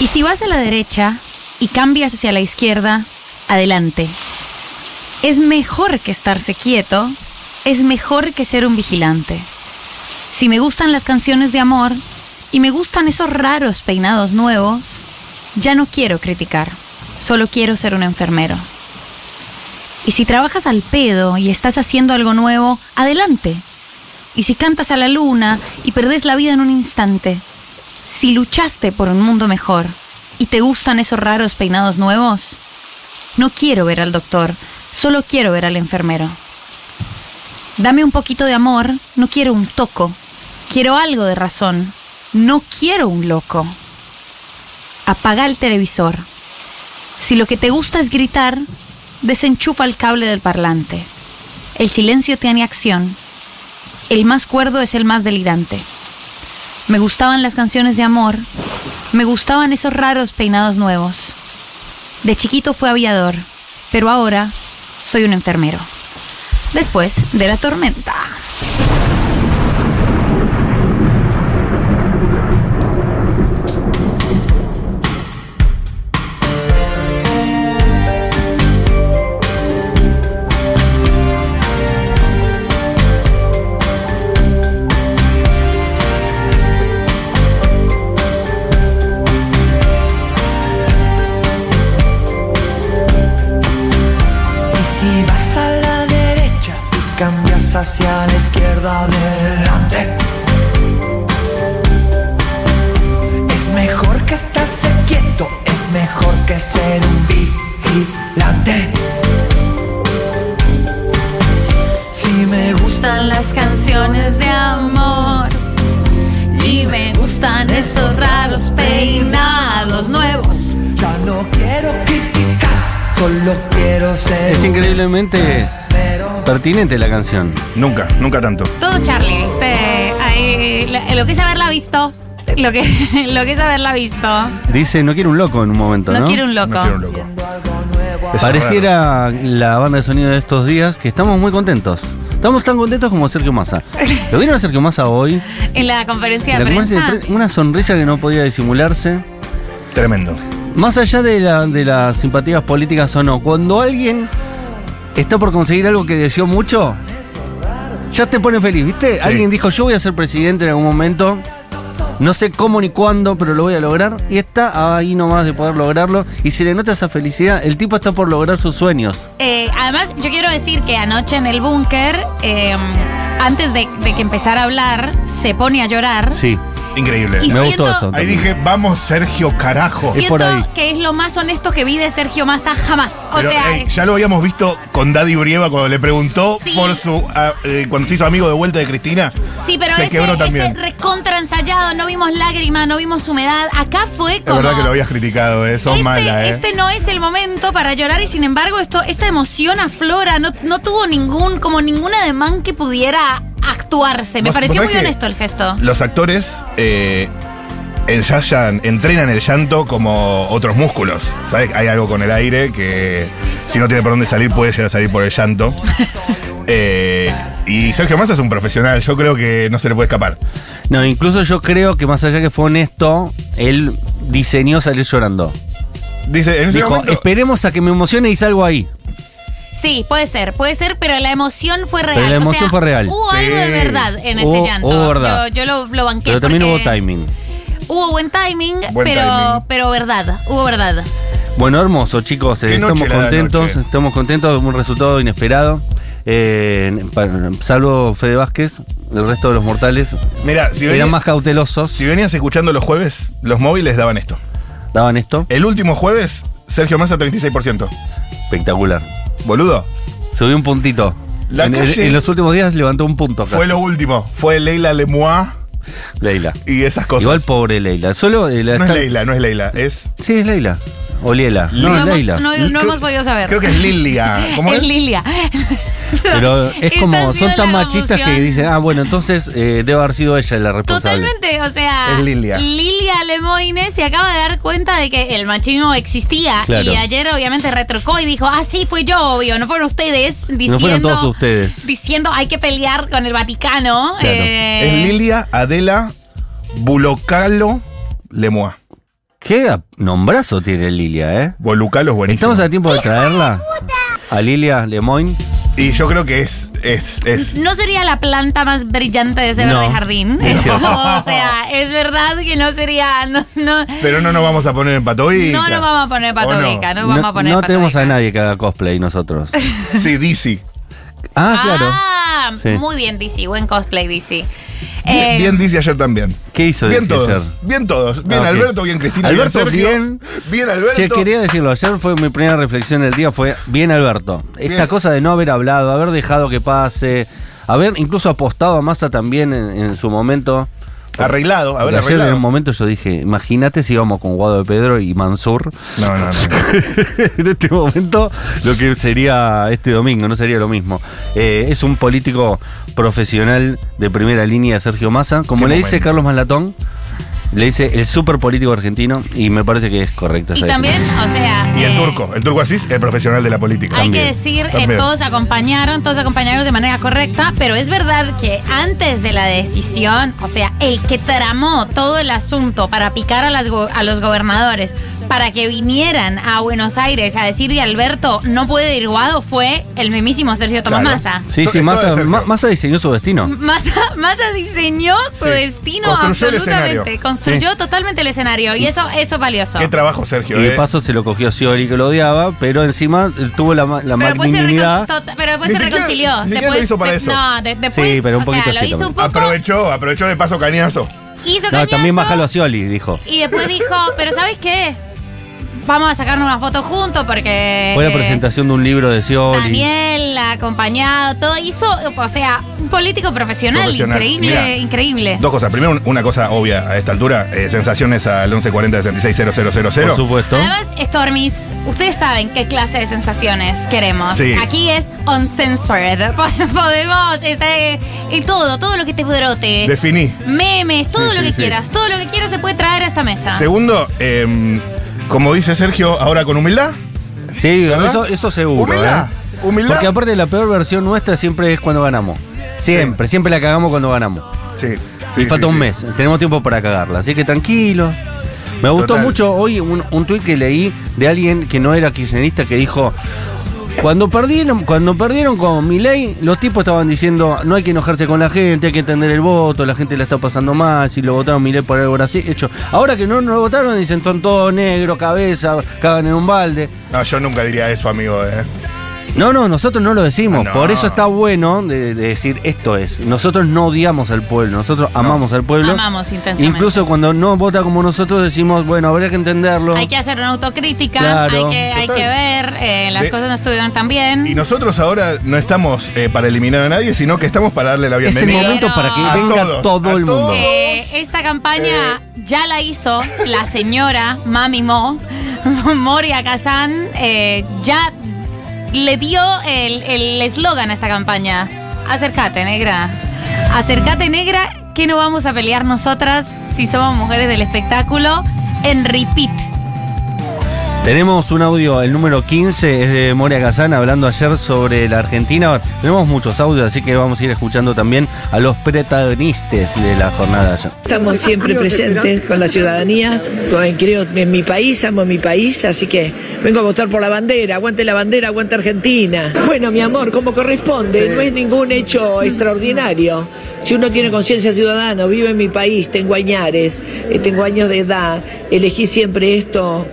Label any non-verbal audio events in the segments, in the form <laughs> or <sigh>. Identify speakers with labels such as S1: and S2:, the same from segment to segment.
S1: Y si vas a la derecha y cambias hacia la izquierda, adelante. Es mejor que estarse quieto, es mejor que ser un vigilante. Si me gustan las canciones de amor y me gustan esos raros peinados nuevos, ya no quiero criticar, solo quiero ser un enfermero. Y si trabajas al pedo y estás haciendo algo nuevo, adelante. Y si cantas a la luna y perdés la vida en un instante, si luchaste por un mundo mejor y te gustan esos raros peinados nuevos, no quiero ver al doctor, solo quiero ver al enfermero. Dame un poquito de amor, no quiero un toco, quiero algo de razón, no quiero un loco. Apaga el televisor. Si lo que te gusta es gritar, desenchufa el cable del parlante. El silencio tiene acción. El más cuerdo es el más delirante. Me gustaban las canciones de amor. Me gustaban esos raros peinados nuevos. De chiquito fue aviador, pero ahora soy un enfermero. Después de la tormenta.
S2: Si vas a la derecha y cambias hacia la izquierda adelante. Es mejor que estarse quieto, es mejor que ser un vigilante. Si me gusta
S1: gustan las canciones de amor y me gustan esos raros peinados nuevos.
S2: ya no quiero criticar, solo quiero ser
S3: Es
S2: un
S3: increíblemente
S2: pero
S3: pertinente la canción.
S4: Nunca, nunca tanto.
S1: Todo Charlie, este, ahí, la- eh, lo que es haberla visto, lo que, <laughs> lo que es haberla visto.
S3: Dice, no quiero un loco en un momento, ¿no?
S1: No quiero un loco.
S4: No quiero un loco. Es
S3: Pareciera la banda de sonido de estos días que estamos muy contentos. Estamos tan contentos como
S1: <laughs>
S3: Sergio Massa. Lo vieron a Sergio Massa hoy.
S1: En la conferencia
S3: En
S1: de
S3: la conferencia
S1: prensa.
S3: de prensa, una sonrisa que no podía disimularse.
S4: raro. Tremendo.
S3: Más allá de, la- de las simpatías políticas o no, cuando alguien está por conseguir algo que deseó mucho, ya te pone feliz, ¿viste? Alguien dijo, yo voy a ser presidente en algún momento, no sé cómo ni cuándo, pero lo voy a lograr, y está ahí nomás de poder lograrlo, y se le nota esa felicidad, el tipo está por lograr sus sueños.
S1: Eh, además, yo quiero decir que anoche en el búnker, eh, antes de, de que empezara a hablar, se pone a llorar.
S3: Sí,
S4: Increíble.
S1: Y
S3: me
S1: siento-
S3: gustó eso.
S4: Ahí
S3: también.
S4: dije, vamos Sergio, carajo.
S3: Sí. es
S1: Siento
S3: por ahí.
S1: que es lo más honesto que vi de Sergio Massa jamás. O
S4: Pero,
S1: sea,
S4: ey, ya lo habíamos visto con Daddy Brieva cuando le preguntó
S1: Sí.
S4: por su. ah, eh, cuando se hizo amigo de vuelta de Cristina.
S1: sí, pero
S4: se
S1: ese,
S4: quebró
S1: ese
S4: también.
S1: recontra ensayado, no vimos lágrimas, no vimos humedad. Acá fue
S4: Es
S1: como.
S4: verdad que lo habías criticado, eh. Sos
S1: este,
S4: mala, eh.
S1: este no es el momento para llorar y sin embargo esto, esta emoción aflora, no, no tuvo ningún, como ningún ademán que pudiera actuarse. Me
S4: Vos-
S1: pareció
S4: vos
S1: muy
S4: sabés que
S1: honesto el gesto.
S4: Los actores eh, ensayan, entrenan el llanto como otros músculos. ¿Sabes? Hay algo con el aire que si no tiene por dónde salir, puede llegar a salir por el llanto. Eh, y Sergio Massa es un profesional, yo creo que no se le puede escapar.
S3: No, incluso yo creo que más allá que fue honesto, él diseñó salir llorando.
S4: Dice, en ese
S3: Dijo,
S4: momento-
S3: esperemos a que me emocione y salgo ahí.
S1: Sí, puede ser, puede ser, pero la emoción fue real.
S3: Pero la
S1: o sea,
S3: emoción fue real.
S1: Hubo
S4: Sí.
S1: algo de verdad en ese
S3: Hubo-
S1: llanto.
S3: hubo verdad.
S1: Yo, yo lo, lo banqué.
S3: Pero también hubo
S1: porque
S3: timing.
S1: Hubo buen timing,
S4: Buen
S1: pero,
S4: timing.
S1: pero verdad, hubo verdad.
S3: Bueno, hermoso, chicos. eh,
S4: Qué noche
S3: estamos
S4: la de
S3: contentos.
S4: anoche.
S3: Estamos contentos de un resultado inesperado. Eh, pa- salvo Fede Vázquez, el resto de los mortales
S4: Mira, si
S3: eran
S4: venís-
S3: más cautelosos.
S4: Si venías escuchando los jueves, los móviles daban esto.
S3: Daban esto.
S4: El último jueves, Sergio Massa 36%.
S3: Espectacular.
S4: Boludo,
S3: Subió un puntito.
S4: La
S3: en,
S4: calle-
S3: en- en los últimos días levantó un punto. acá,
S4: fue lo último. Fue Leila Lemois
S3: Leila.
S4: y esas cosas.
S3: Igual pobre Leila. Solo eh, la
S4: no es
S3: está-
S4: Leila, no es Leila, es...
S3: Sí, es Leila. O Liela.
S4: Li-
S3: No,
S1: No,
S3: es
S1: hemos,
S3: Leila.
S1: no- no
S4: Creo-
S1: hemos podido saber.
S4: Creo que es
S1: <laughs>
S4: Lilia. ¿Cómo
S1: es
S4: es?
S1: Lilia. <laughs>
S3: Pero es
S1: Esta ha
S3: como,
S1: sido
S3: son tan
S1: la
S3: machistas que
S1: confusión.
S3: dicen, ah, bueno, entonces eh, debe haber sido ella la responsable.
S1: Totalmente, o sea,
S4: Es Lilia.
S1: Lilia Lemoine se acaba de dar cuenta de que el machismo existía
S3: Claro.
S1: y ayer obviamente retrocó y dijo, ah, sí, fue yo, obvio, no fueron ustedes diciendo...
S3: fueron todos ustedes.
S1: Diciendo hay que pelear con el Vaticano.
S3: Claro.
S1: eh,
S4: Es Lilia Adela Bulocalo Lemois.
S3: Qué nombrazo tiene Lilia, ¿eh?
S4: Bolucalo es buenísimo.
S3: ¿Estamos a tiempo de traerla? A Lilia Lemoyne.
S4: Y yo creo que es. es, es
S1: No sería la planta más brillante de ese
S3: No.
S1: verde jardín. <laughs>
S3: No.
S1: Es como, o sea, es verdad que no sería. No, no,
S4: pero no nos vamos a poner en patobica.
S1: no nos vamos a poner patobica, no? vamos a poner
S3: no tenemos a
S1: patobica.
S3: nadie que haga
S1: <laughs>
S3: cosplay nosotros.
S4: Sí,
S1: Eh.
S4: DC.
S3: Ah, claro.
S1: Ah,
S3: Sí.
S1: muy bien, DC. Buen cosplay, DC. Eh,
S4: Bien, bien DC ayer también.
S3: ¿Qué hizo
S4: Bien
S3: DC
S4: todos.
S3: ayer?
S4: Bien todos. Bien
S3: Ah, ok.
S4: Alberto, bien Cristina,
S3: Alberto,
S4: bien Sergio.
S3: bien.
S4: Bien Alberto.
S3: Che, quería decirlo, ayer fue mi primera reflexión del día, fue bien Alberto. Esta
S4: Bien.
S3: cosa de no haber hablado, haber dejado que pase, haber incluso apostado a Massa también en, en su momento.
S4: Arreglado, haber
S3: Porque ayer
S4: arreglado.
S3: en un momento yo dije, imagínate si íbamos con Guado de Pedro y Mansur.
S4: No, no, no.
S3: <laughs> en este momento lo que sería este domingo, no sería lo mismo. Eh, es un político profesional de primera línea, Sergio Massa. Como
S4: Qué
S3: le dice
S4: momento.
S3: Carlos Maslatón, le dice el super político argentino y me parece que es correcta
S1: y
S3: esa
S1: también, o sea.
S4: Y el
S1: eh,
S4: turco. El turco Asís, el profesional de la política.
S1: Hay que
S4: También.
S1: decir, eh,
S4: También.
S1: todos acompañaron, todos acompañaron de manera correcta, pero es verdad que antes de la decisión, o sea, el que tramó todo el asunto para picar a, las go- a los gobernadores, para que vinieran a Buenos Aires a decirle a Alberto, no puede ir Guado, fue el mismísimo Sergio Tomás
S4: Claro.
S1: Massa.
S3: Sí, sí,
S4: Esto- esto de
S3: Massa,
S4: Sergio.
S3: Ma- Massa diseñó su
S1: Mm.
S3: destino.
S1: Massa, Massa diseñó su
S4: Sí.
S1: destino
S4: Construyó el
S1: absolutamente,
S4: escenario.
S1: construyó totalmente el escenario y eso, eso es valioso.
S4: Qué trabajo, Sergio.
S3: Y de
S4: eh.
S3: paso se lo cogió a Scioli que lo odiaba, pero encima eh, tuvo la, ma- la
S1: Pero después, se, recon-
S3: magnanimidad.
S1: tot- pero después
S4: Ni
S1: se
S4: siquiera-
S1: reconcilió.
S4: ni siquiera lo
S1: después,
S4: hizo para
S1: de-
S4: eso.
S1: No, de- después,
S3: Sí, pero un
S1: o sea,
S3: poquito
S1: lo
S3: sí
S1: hizo un poco.
S4: Aprovechó, aprovechó de paso cañazo.
S1: Hizo
S3: No,
S1: cañazo,
S3: también bájalo a Scioli, dijo.
S1: Y después dijo, pero ¿sabes qué? Vamos a sacarnos una foto juntos porque...
S3: Fue la
S1: eh,
S3: presentación de un libro de Scioli.
S1: Daniel, acompañado, todo hizo, o sea, un político profesional,
S4: Profesional.
S1: increíble,
S4: Mirá.
S1: increíble.
S4: Dos cosas. Primero, un- una cosa obvia a esta altura. eh, sensaciones al 1140
S3: Por
S4: 660000.
S3: supuesto.
S1: Además, Stormis, ustedes saben qué clase de sensaciones queremos.
S4: Sí.
S1: Aquí es uncensored. <laughs> Podemos, este, y todo, todo lo que te brote.
S4: Definí.
S1: memes, todo
S4: Sí,
S1: lo
S4: sí,
S1: que
S4: sí.
S1: quieras, todo lo que quieras se puede traer a esta mesa.
S4: Segundo, em, como dice Sergio, ahora con humildad.
S3: Sí,
S4: ¿Verdad?
S3: eso, eso seguro.
S4: Humildad,
S3: ¿eh?
S4: humildad.
S3: Porque aparte la peor versión nuestra siempre es cuando ganamos. Siempre, siempre la cagamos cuando ganamos.
S4: Sí.
S3: y falta un
S4: sí.
S3: mes, tenemos tiempo para cagarla, así que tranquilo. Me gustó
S4: Total.
S3: mucho hoy un, un tuit que leí de alguien que no era kirchnerista que dijo cuando perdieron, cuando perdieron con Milei, los tipos estaban diciendo no hay que enojarse con la gente, hay que entender el voto, la gente la está pasando mal, si lo votaron Milei por algo así, hecho. Ahora que no nos lo votaron dicen son todos negros, cabeza, cagan en un balde.
S4: No, yo nunca diría eso, amigo. eh.
S3: No, no, nosotros no lo decimos.
S4: Ah, no.
S3: Por eso está bueno de, de decir esto es. Nosotros no odiamos al pueblo, nosotros amamos al pueblo.
S1: Amamos intensamente.
S3: Incluso cuando no vota como nosotros decimos, bueno, habría que entenderlo.
S1: Hay que hacer una autocrítica,
S3: Claro.
S1: hay, que, hay
S4: Total.
S1: que ver, eh, las
S4: De-
S1: cosas no estuvieron tan bien.
S4: Y nosotros ahora no estamos eh, para eliminar a nadie, sino que estamos para darle la
S3: es el
S4: bienvenida.
S3: momento para que
S1: A
S3: venga
S4: todos,
S3: todo
S4: a
S3: el mundo.
S4: todos.
S1: Eh, esta campaña
S4: Eh.
S1: ya la hizo la señora Mami Mo, <laughs> Moria Kazan, eh, ya le dio el el eslogan a esta campaña. Acércate, negra. Acércate, negra, que no vamos a pelear nosotras si somos mujeres del espectáculo en repeat.
S3: Tenemos un audio, el número 15 es de Moria Kazan hablando ayer sobre la Argentina. Tenemos muchos audios, así que vamos a ir escuchando también a los protagonistas de la jornada de ayer.
S5: Estamos siempre presentes con la ciudadanía, con- creo en mi país, amo mi país, así que vengo a votar por la bandera, aguante la bandera, aguante Argentina. Bueno, mi amor, como corresponde, no es ningún hecho extraordinario. Si uno tiene conciencia ciudadana, vive en mi país, tengo añares, eh, tengo años de edad, elegí siempre esto,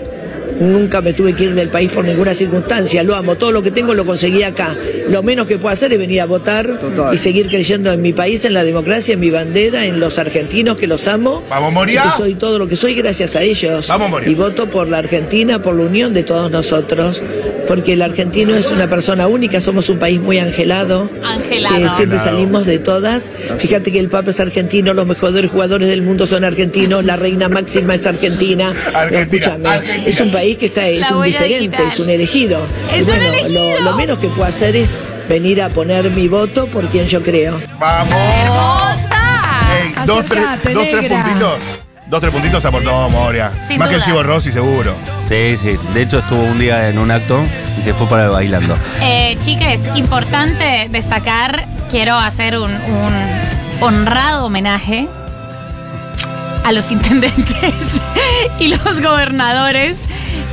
S5: Nunca me tuve que ir del país por ninguna circunstancia, lo amo, todo lo que tengo lo conseguí acá. Lo menos que puedo hacer es venir a votar y seguir creyendo en mi país, en la democracia, en mi bandera, en los argentinos que los amo.
S4: Vamos, Moria.
S5: Y que soy todo lo que soy gracias a ellos.
S4: Vamos, Moria.
S5: Y voto por la Argentina, por la unión de todos nosotros, porque el argentino es una persona única, somos un país muy angelado.
S1: Angelado.
S5: Eh, siempre
S4: Angelado.
S5: salimos de todas. Fíjate que el Papa es argentino, los mejores jugadores del mundo son argentinos, la reina máxima es argentina.
S4: Argentina,
S5: Escúchame,
S4: Argentina.
S5: es un país que está, es
S1: La
S5: un
S1: huella
S5: diferente,
S1: digital.
S5: es un elegido.
S1: Es
S5: Y
S1: un
S5: bueno,
S1: elegido.
S5: Lo, lo menos que puedo hacer es venir a poner mi voto por quien yo creo.
S4: Vamos.
S1: ¡Hermosa!
S4: Ey, dos, tres, dos, tres puntitos. Dos, tres puntitos aportó Moria.
S1: Sin
S4: Más que el
S1: duda.
S4: Chivo Rossi, seguro.
S3: Sí, sí, de hecho estuvo un día en un acto y se fue para bailando.
S1: Eh, chicas, importante destacar, quiero hacer un, un honrado homenaje a los intendentes <laughs> y los gobernadores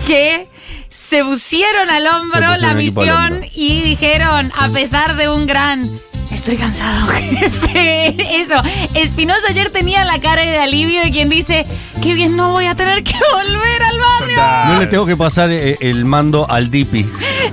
S1: que se pusieron al hombro
S3: pusieron
S1: la
S3: el equipo al
S1: misión
S3: hombro.
S1: y dijeron, a pesar de un gran... Estoy cansado, <laughs> jefe. Eso. Espinosa ayer tenía la cara de alivio de quien dice, qué bien no voy a tener que volver al barrio.
S4: Total.
S3: No le tengo que pasar eh, el mando al Dipi.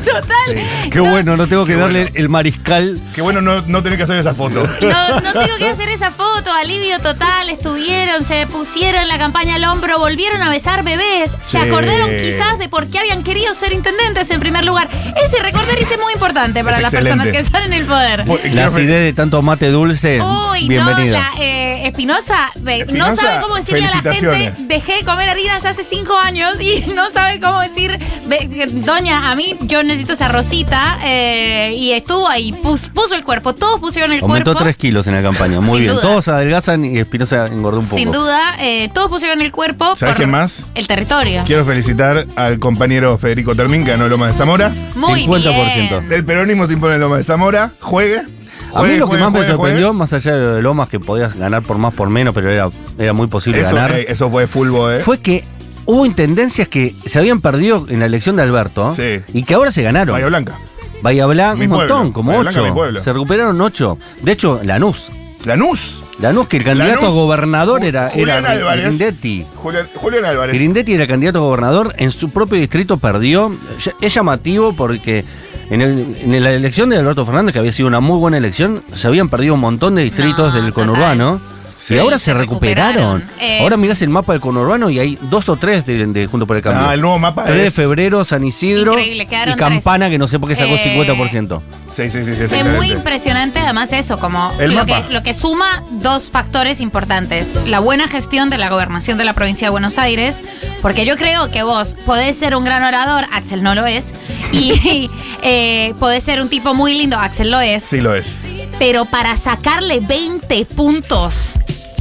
S1: Total.
S3: Qué bueno, no tengo que
S4: Qué
S3: darle
S4: bueno.
S3: el mariscal.
S4: Qué bueno no, no tener que hacer esa foto.
S1: No, no tengo que hacer esa foto, alivio total, estuvieron, se pusieron la campaña al hombro, volvieron a besar bebés, se
S4: Sí.
S1: acordaron quizás de por qué habían querido ser intendentes en primer lugar. Ese recordar es muy importante para
S4: Es
S1: las
S4: excelente.
S1: personas que están en el poder.
S4: Fue-
S3: La
S4: quiero-
S3: acidez de tanto mate dulce.
S1: Uy,
S3: bienvenida.
S1: no, la, eh, Espinosa, eh, no
S4: Espinosa,
S1: sabe cómo decirle a la gente,
S4: felicitaciones.
S1: dejé de comer harinas hace cinco años y <laughs> no sabe cómo decir, "Ve- doña, a mí yo necesito esa rosita eh, y estuvo ahí, pus- puso el cuerpo, todos pusieron el
S3: Aumentó
S1: cuerpo.
S3: 3 kilos en la campaña. Muy
S1: Sin
S3: bien.
S1: duda.
S3: Todos adelgazan y Espinosa engordó un poco.
S1: Sin duda, eh, todos pusieron el cuerpo.
S4: ¿Sabes
S1: por
S4: quién más?
S1: El territorio.
S4: Quiero felicitar al compañero Federico Termín, que ganó Loma de Zamora.
S1: Muy
S3: 50%.
S1: bien.
S4: El peronismo se impone en Loma de Zamora.
S3: A
S4: Juegue.
S3: mí
S4: Juegue,
S3: lo que
S4: juegue,
S3: más me
S4: juegue, juegue.
S3: sorprendió, más allá de lo de Lomas, que podías ganar por más, por menos, pero era, era muy posible
S4: Eso,
S3: ganar,
S4: eh, eso fue fulbo, ¿eh?
S3: fue que hubo intendencias que se habían perdido en la elección de Alberto
S4: Sí.
S3: y que ahora se ganaron.
S4: Bahía Blanca.
S3: Bahía Blanca,
S4: Mi
S3: un
S4: pueblo.
S3: montón, como
S4: Bahía Blanca, mi
S3: ocho.
S4: pueblo.
S3: Se recuperaron ocho. De hecho, Lanús.
S4: Lanús.
S3: Lanús, que el candidato
S4: Lanús,
S3: a gobernador
S4: Ju-
S3: era,
S4: Julián
S3: era
S4: Álvarez.
S3: Grindetti.
S4: Julián, Julián Álvarez.
S3: Grindetti era candidato a gobernador, en su propio distrito perdió. Ya- Es llamativo porque en, el- en la elección de Alberto Fernández, que había sido una muy buena elección, se habían perdido un montón de distritos
S1: No, total.
S3: del conurbano.
S1: Sí,
S3: y ahora
S1: se
S3: se, recuperaron.
S1: recuperaron. Eh,
S3: ahora mirás el mapa del conurbano y hay dos o tres de, de Junto por el Cambio.
S4: Ah, el nuevo mapa
S3: 3 de
S4: es-
S3: febrero, San Isidro
S1: Increíble, quedaron
S3: y Campana, que no sé por qué sacó
S1: Eh,
S3: 50%.
S4: Sí, sí, sí.
S1: Fue muy
S4: sí exactamente.
S1: impresionante, además, eso, como
S4: El
S1: lo que,
S4: mapa.
S1: lo que suma dos factores importantes. La buena gestión de la gobernación de la provincia de Buenos Aires, porque yo creo que vos podés ser un gran orador, Axel no lo es, y <laughs> eh, podés ser un tipo muy lindo, Axel lo es.
S4: Sí lo es.
S1: Pero para sacarle 20 puntos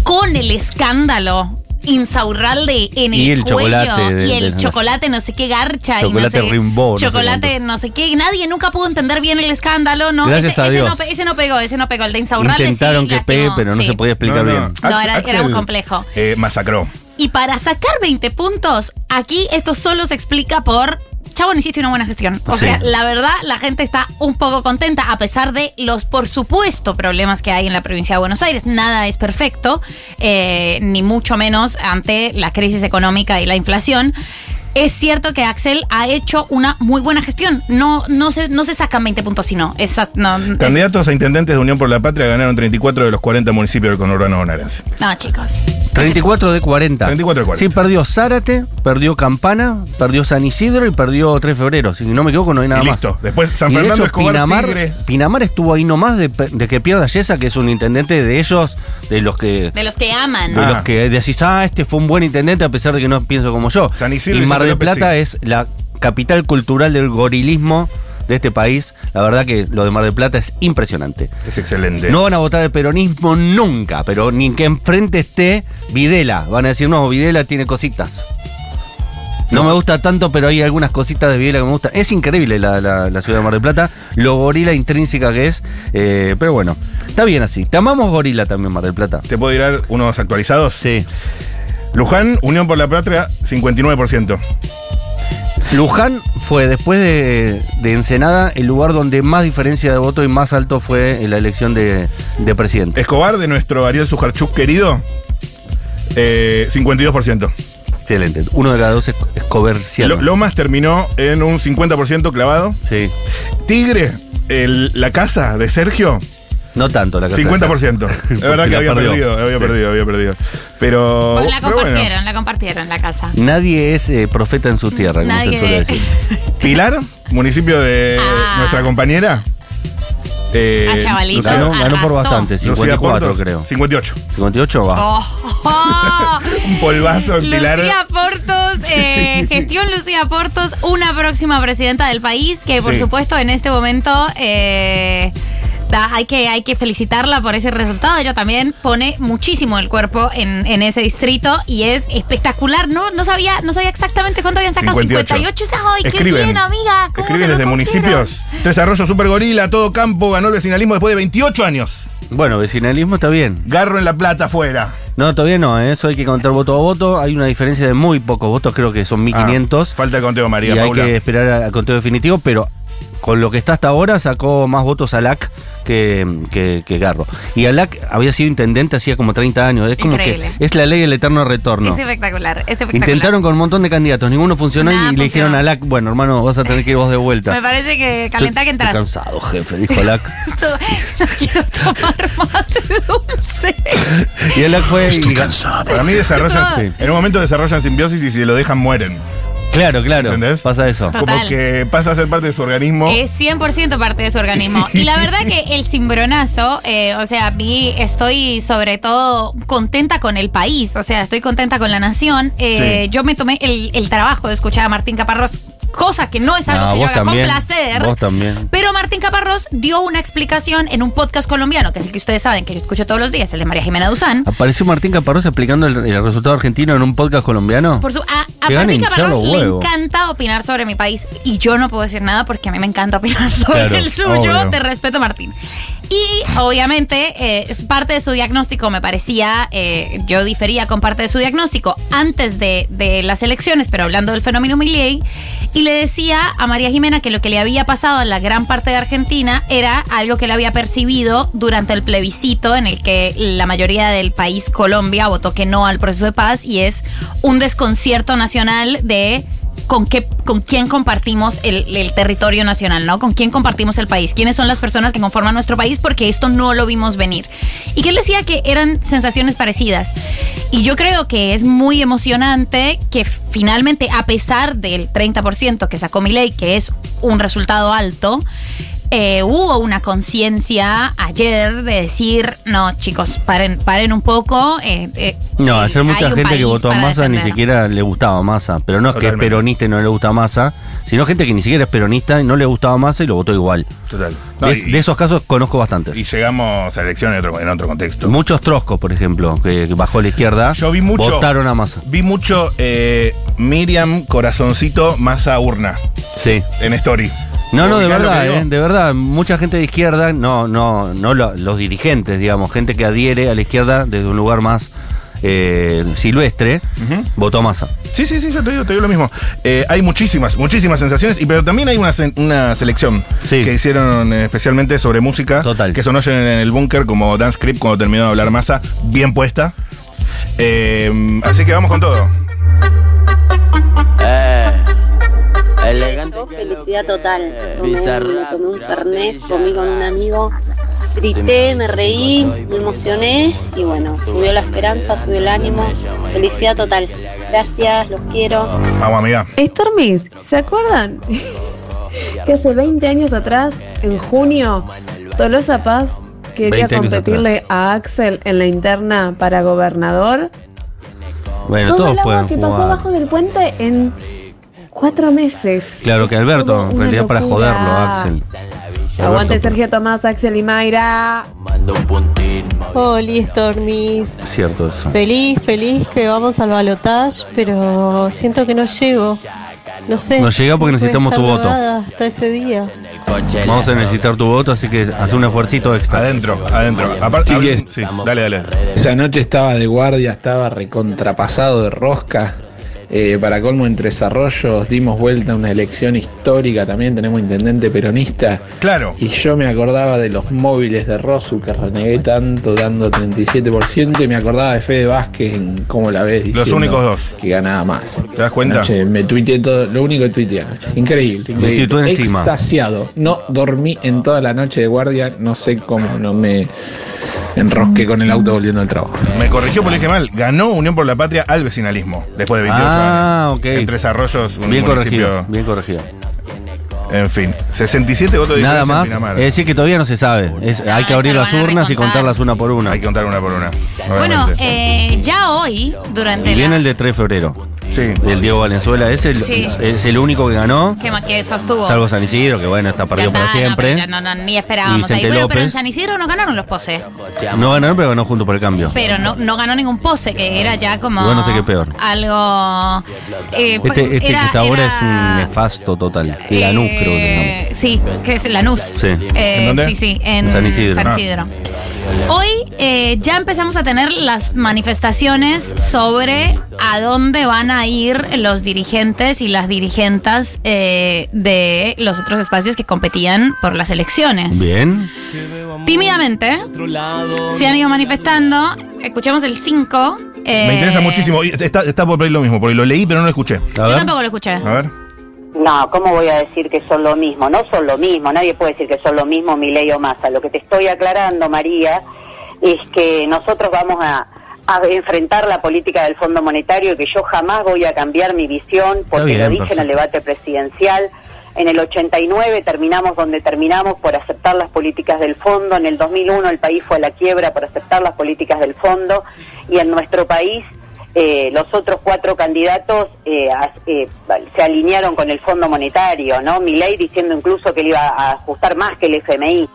S1: con el escándalo insaurralde en el,
S3: Y el
S1: cuello
S3: chocolate de-
S1: y el
S3: de-
S1: chocolate no sé qué garcha
S3: Chocolate
S1: y no sé,
S3: Rimbaud, no sé
S1: chocolate no sé qué nadie nunca pudo entender bien el escándalo no
S3: Gracias
S1: ese,
S3: a
S1: ese
S3: Dios.
S1: no, pe- ese no pegó ese no pegó el de insaurralde
S3: Intentaron
S1: sí,
S3: que pegue,
S1: lastimó,
S3: pero no
S1: sí.
S3: se podía explicar
S4: No, no.
S3: bien.
S1: No,
S4: Ax-
S1: era- era muy complejo.
S4: eh, masacró.
S1: y para sacar 20 puntos aquí esto solo se explica por Chabón, hiciste una buena gestión. O
S3: Sí.
S1: sea, la verdad, la gente está un poco contenta, a pesar de los, por supuesto, problemas que hay en la provincia de Buenos Aires. Nada es perfecto, eh, ni mucho menos ante la crisis económica y la inflación. Es cierto que Axel ha hecho una muy buena gestión. No, no, se, no se sacan 20 puntos, sino. Esa, no, es-
S4: Candidatos a intendentes de Unión por la Patria ganaron 34 de los 40 municipios del conurbano bonaerense.
S1: no, chicos.
S3: 34 de 40.
S4: 34 de 40.
S3: Sí, perdió Zárate, perdió Campana, perdió San Isidro y perdió 3 de febrero. Si no me equivoco, no hay nada
S4: Y
S3: más.
S4: listo. Después, San
S3: Y de
S4: Fernando
S3: hecho,
S4: Escobar,
S3: Pinamar,
S4: Tigre.
S3: Pinamar estuvo ahí nomás de, pe- de que pierda Yesa, que es un intendente de ellos, de los que.
S1: De los que aman.
S3: De
S4: Ah.
S3: los que decís, ah, este fue un buen intendente a pesar de que no pienso como yo.
S4: San Isidro
S3: y
S4: y
S3: Mar
S4: Vicente
S3: del
S4: López,
S3: Plata
S4: sí.
S3: es la capital cultural del gorilismo de este país. La verdad que lo de Mar del Plata es impresionante.
S4: Es excelente.
S3: No van a votar el peronismo nunca, pero ni que enfrente esté Videla. Van a decir, no, Videla tiene cositas. No me gusta tanto, pero hay algunas cositas de Videla que me gustan. Es increíble la, la- la ciudad de Mar del Plata, lo gorila intrínseca que es. eh, pero bueno, está bien así. Te amamos gorila también, Mar del Plata.
S4: ¿Te puedo tirar unos actualizados?
S3: Sí.
S4: Luján, Unión por la Patria, 59%.
S3: Luján fue, después de, de Ensenada, el lugar donde más diferencia de voto y más alto fue en la elección de, de presidente.
S4: Escobar, de nuestro Ariel Sujarchuk querido, eh, 52%.
S3: Excelente. Uno de cada dos es, es coberciano.
S4: Lo- Lomas terminó en un 50% clavado.
S3: Sí.
S4: Tigre, el- la casa de Sergio,
S3: No tanto la casa de <laughs>
S4: 50%. Es
S3: Porque
S4: verdad que
S3: la
S4: había
S3: perdió.
S4: perdido, había
S3: Sí.
S4: perdido, había perdido. Pero,
S1: Pues la
S4: pero
S1: compartieron,
S4: bueno.
S1: la compartieron la casa.
S3: Nadie es eh, profeta en su tierra, como
S1: Nadie-
S3: se
S1: <laughs>
S3: suele decir.
S4: Pilar, municipio de
S1: Ah.
S4: nuestra compañera. eh,
S1: Ah, chavalito.
S4: Lucía-
S3: Ganó, ganó por
S1: Arrasó.
S3: bastante,
S4: Lucía
S3: 54
S4: Portos,
S3: creo.
S4: 58.
S3: 58 va.
S1: Oh, oh.
S4: <laughs> Un polvazo en Pilar.
S1: Lucía Portos, eh,
S4: sí, sí.
S1: gestión Lucía Portos, una próxima presidenta del país, que por
S4: Sí.
S1: supuesto en este momento eh, da- hay, que, hay que felicitarla por ese resultado. Ella también pone muchísimo el cuerpo en, en ese distrito y es espectacular. No, no sabía, no sabía exactamente cuánto habían sacado. 58. es, ay, qué
S4: Escriben.
S1: bien, amiga. ¿Cómo se
S4: Escriben
S1: lo
S4: desde
S1: cogieron?
S4: municipios. Tres Arroyos, Super Gorila, todo campo, ganó el vecinalismo después de 28 años.
S3: Bueno, vecinalismo está bien.
S4: Garro en la plata afuera.
S3: No, todavía no, ¿eh? eso hay que contar voto a voto. Hay una diferencia de muy pocos votos, creo que son
S4: Ah,
S3: 1500.
S4: falta el conteo, María
S3: y hay
S4: Paula.
S3: que esperar al conteo definitivo, pero con lo que está hasta ahora sacó más votos Alac que, que, que Garro. Y Alac había sido intendente hacía como 30 años. Es como
S1: Increíble.
S3: que es la ley del eterno retorno.
S1: Es espectacular, es espectacular.
S3: Intentaron con un montón de candidatos, ninguno funcionó
S1: Nada
S3: y le dijeron
S1: funcionó.
S3: a Alac, bueno hermano, vas a tener que ir vos de vuelta.
S1: Me parece que calentá que
S3: Estoy-
S1: entras.
S3: estoy cansado, jefe, dijo
S4: <laughs>
S3: Alac.
S1: <laughs> No quiero tomar mate dulce.
S3: Y Alac fue... y-
S4: Para mí desarrollan,
S1: Sí.
S4: en un momento desarrollan simbiosis y si lo dejan mueren.
S3: Claro, claro.
S4: ¿Entendés?
S3: Pasa eso.
S1: Total.
S4: Como que pasa a ser parte de su organismo.
S1: Es 100% parte de su organismo. Y la verdad que el cimbronazo, eh, o sea, a mí estoy sobre todo contenta con el país, o sea, estoy contenta con la nación. Eh,
S4: Sí.
S1: Yo me tomé el, el trabajo de escuchar a Martín Caparrós, cosa que no es algo
S3: Ah,
S1: que yo
S3: vos
S1: haga
S3: también.
S1: con placer.
S3: Vos también.
S1: Pero Martín Caparrós dio una explicación en un podcast colombiano, que es el que ustedes saben que yo escucho todos los días, el de María Jimena Duzán.
S3: Apareció Martín Caparrós explicando el, el resultado argentino en un podcast colombiano.
S1: Por su, a, a
S3: Que van a
S1: Martín
S3: hinchar
S1: Caparrós
S3: los
S1: le
S3: huevos.
S1: encanta opinar sobre mi país y yo no puedo decir nada porque a mí me encanta opinar <laughs> sobre
S3: Claro,
S1: el suyo.
S4: obvio.
S1: Te respeto, Martín. Y obviamente eh, es parte de su diagnóstico me parecía, eh, yo difería con parte de su diagnóstico antes de, de las elecciones, pero hablando del fenómeno Milley, y le decía a María Jimena que lo que le había pasado a la gran parte de Argentina era algo que le había percibido durante el plebiscito en el que la mayoría del país, Colombia, votó que no al proceso de paz y es un desconcierto nacional de con qué, con quién compartimos el, el territorio nacional, ¿no? Con quién compartimos el país, quiénes son las personas que conforman nuestro país, porque esto no lo vimos venir. Y que él decía que eran sensaciones parecidas. Y yo creo que es muy emocionante que finalmente, a pesar del 30% que sacó mi ley, que es un resultado alto, eh, hubo una conciencia ayer de decir, no, chicos, paren, paren un poco. eh, eh,
S3: No,
S1: eh,
S3: ayer mucha
S1: hay un
S3: gente que
S1: país
S3: votó a
S1: para
S3: Massa ni
S1: defender.
S3: siquiera le gustaba Massa. Pero no es que es
S4: Totalmente.
S3: peronista y no le gusta Massa, sino gente que ni siquiera es peronista y no le gustaba Massa y lo votó igual.
S4: Total. No,
S3: de,
S4: y,
S3: de esos casos conozco bastantes.
S4: y llegamos a elecciones en otro, en otro contexto.
S3: Muchos troscos, por ejemplo, que que bajó a la izquierda,
S4: Yo vi mucho.
S3: votaron a Massa.
S4: Vi mucho eh, Miriam Corazoncito Massa Urna
S3: Sí.
S4: en Story.
S3: No, no, de
S4: ¿Ubicás lo
S3: verdad,
S4: que digo?
S3: eh, de verdad, mucha gente de izquierda, no, no, no lo- los dirigentes, digamos, gente que adhiere a la izquierda desde un lugar más eh, silvestre,
S4: Ujú.
S3: votó a Massa.
S4: Sí, sí, sí, yo te digo, te digo lo mismo. Eh, hay muchísimas, muchísimas sensaciones, y pero también hay una, sen- una selección
S3: Sí.
S4: que hicieron eh, especialmente sobre música.
S3: Total.
S4: Que sonó ayer en el búnker como Dance Script cuando terminó de hablar masa, bien puesta. Eh, así que vamos con todo.
S6: Yo, felicidad total. Tomé, me tomé un fernet, comí con un amigo, grité, me reí, me emocioné y bueno, subió la esperanza, subió el ánimo. Felicidad total. Gracias, los quiero.
S4: Vamos, amiga.
S7: Stormis, ¿se acuerdan? que hace 20 años atrás, en junio, Tolosa Paz quería
S3: 20 años
S7: competirle a Axel en la interna para gobernador.
S3: Bueno,
S7: Todo el
S3: todos
S7: agua
S3: pueden
S7: que
S3: jugar.
S7: pasó abajo del puente en cuatro meses.
S3: Claro que Alberto,
S7: Todo
S3: en
S7: una
S3: realidad para
S7: locura.
S3: joderlo, Axel.
S7: Aguante
S3: Alberto.
S7: Sergio Tomás, Axel y Mayra.
S8: Hola Stormis.
S3: Es cierto eso.
S8: Feliz, feliz que vamos al balotage, pero siento que no llego. No sé.
S3: No llega porque
S8: Voy a
S3: necesitamos
S8: estar
S3: tu voto.
S8: drogada Hasta ese día.
S3: Vamos a necesitar tu voto, así que haz un esfuercito extra.
S4: Adentro, adentro. Aparte,
S9: Chiques.
S4: sí, dale, dale.
S9: Esa noche estaba de guardia, estaba recontrapasado de rosca. Eh, para colmo, en Tres Arroyos dimos vuelta a una elección histórica, también tenemos intendente peronista.
S4: Claro.
S9: Y yo me acordaba de los móviles de Rosu que renegué tanto, dando 37%, y me acordaba de Fede Vázquez en cómo la ves.
S4: Los
S9: diciendo
S4: únicos dos.
S9: Que ganaba más.
S4: ¿Te das cuenta?
S9: Anoche me tuiteé todo, lo único que tuiteé anoche. Increíble, increíble.
S3: tuiteó encima.
S9: Extasiado. No dormí en toda la noche de guardia, no sé cómo, no me enrosqué con el auto volviendo al trabajo.
S4: Me corrigió porque dije mal. Ganó Unión por la Patria al vecinalismo después de 28
S3: Ah,
S4: años.
S3: ok.
S4: En Tres Arroyos, un
S3: Bien
S4: municipio.
S3: corregido, bien corregido.
S4: En fin. 67 votos de
S3: Nada
S4: diferencia en
S3: más, es
S4: Pinamar.
S3: decir que todavía no se sabe. Es- hay que
S1: Ah, eso
S3: abrir
S1: lo
S3: las
S1: van a
S3: urnas y
S1: recontar.
S3: contarlas una por una.
S4: Hay que contar una por una.
S1: Bueno,
S4: obviamente.
S1: eh, ya hoy, durante
S3: Y
S1: la...
S3: viene el de 3 de febrero,
S4: Sí.
S1: eh,
S3: el Diego Valenzuela. Es el,
S1: Sí.
S3: es el único que ganó,
S1: que, ma- que sostuvo.
S3: salvo San Isidro, que bueno, está
S1: Ya
S3: perdido
S1: está,
S3: para
S1: no,
S3: siempre.
S1: pero ya No, no, ni esperábamos.
S3: Vicente
S1: ahí. Bueno, pero en
S3: López.
S1: San Isidro no ganaron los poses.
S3: No ganaron, pero ganó junto por el cambio.
S1: Pero no, no ganó ningún pose, que era ya como.
S3: Bueno, no sé qué peor.
S1: Algo. eh, pues,
S3: Este, este
S1: era-
S3: que está ahora
S1: era,
S3: es un nefasto total.
S1: eh,
S3: La creo que se llama.
S1: Sí, que es Lanús.
S3: Sí.
S1: Eh,
S4: ¿En dónde?
S1: Sí, sí, en
S3: En San Isidro.
S1: San
S4: Ah.
S1: Isidro. Hoy eh, ya empezamos a tener las manifestaciones sobre a dónde van a ir los dirigentes y las dirigentas eh, de los otros espacios que competían por las elecciones.
S3: Bien.
S1: Tímidamente se han ido manifestando. Escuchemos el eh, 5.
S4: Me interesa muchísimo. Y Está, está por ahí lo mismo, porque lo leí, pero no lo escuché.
S3: A
S1: Yo
S3: ver.
S1: tampoco lo escuché.
S4: A ver.
S10: No, ¿cómo voy a decir que son lo mismo? No son lo mismo, nadie puede decir que son lo mismo Milei o Massa. Lo que te estoy aclarando, María, es que nosotros vamos a, a enfrentar la política del Fondo Monetario y que yo jamás voy a cambiar mi visión, porque
S3: bien,
S10: lo dije en el
S3: perfecto.
S10: debate presidencial. En el 89 terminamos donde terminamos por aceptar las políticas del fondo, en el 2001 el país fue a la quiebra por aceptar las políticas del fondo y en nuestro país eh, los otros cuatro candidatos eh, as- eh, se alinearon con el Fondo Monetario, ¿no? Milei diciendo incluso que le iba a ajustar más que el FMI.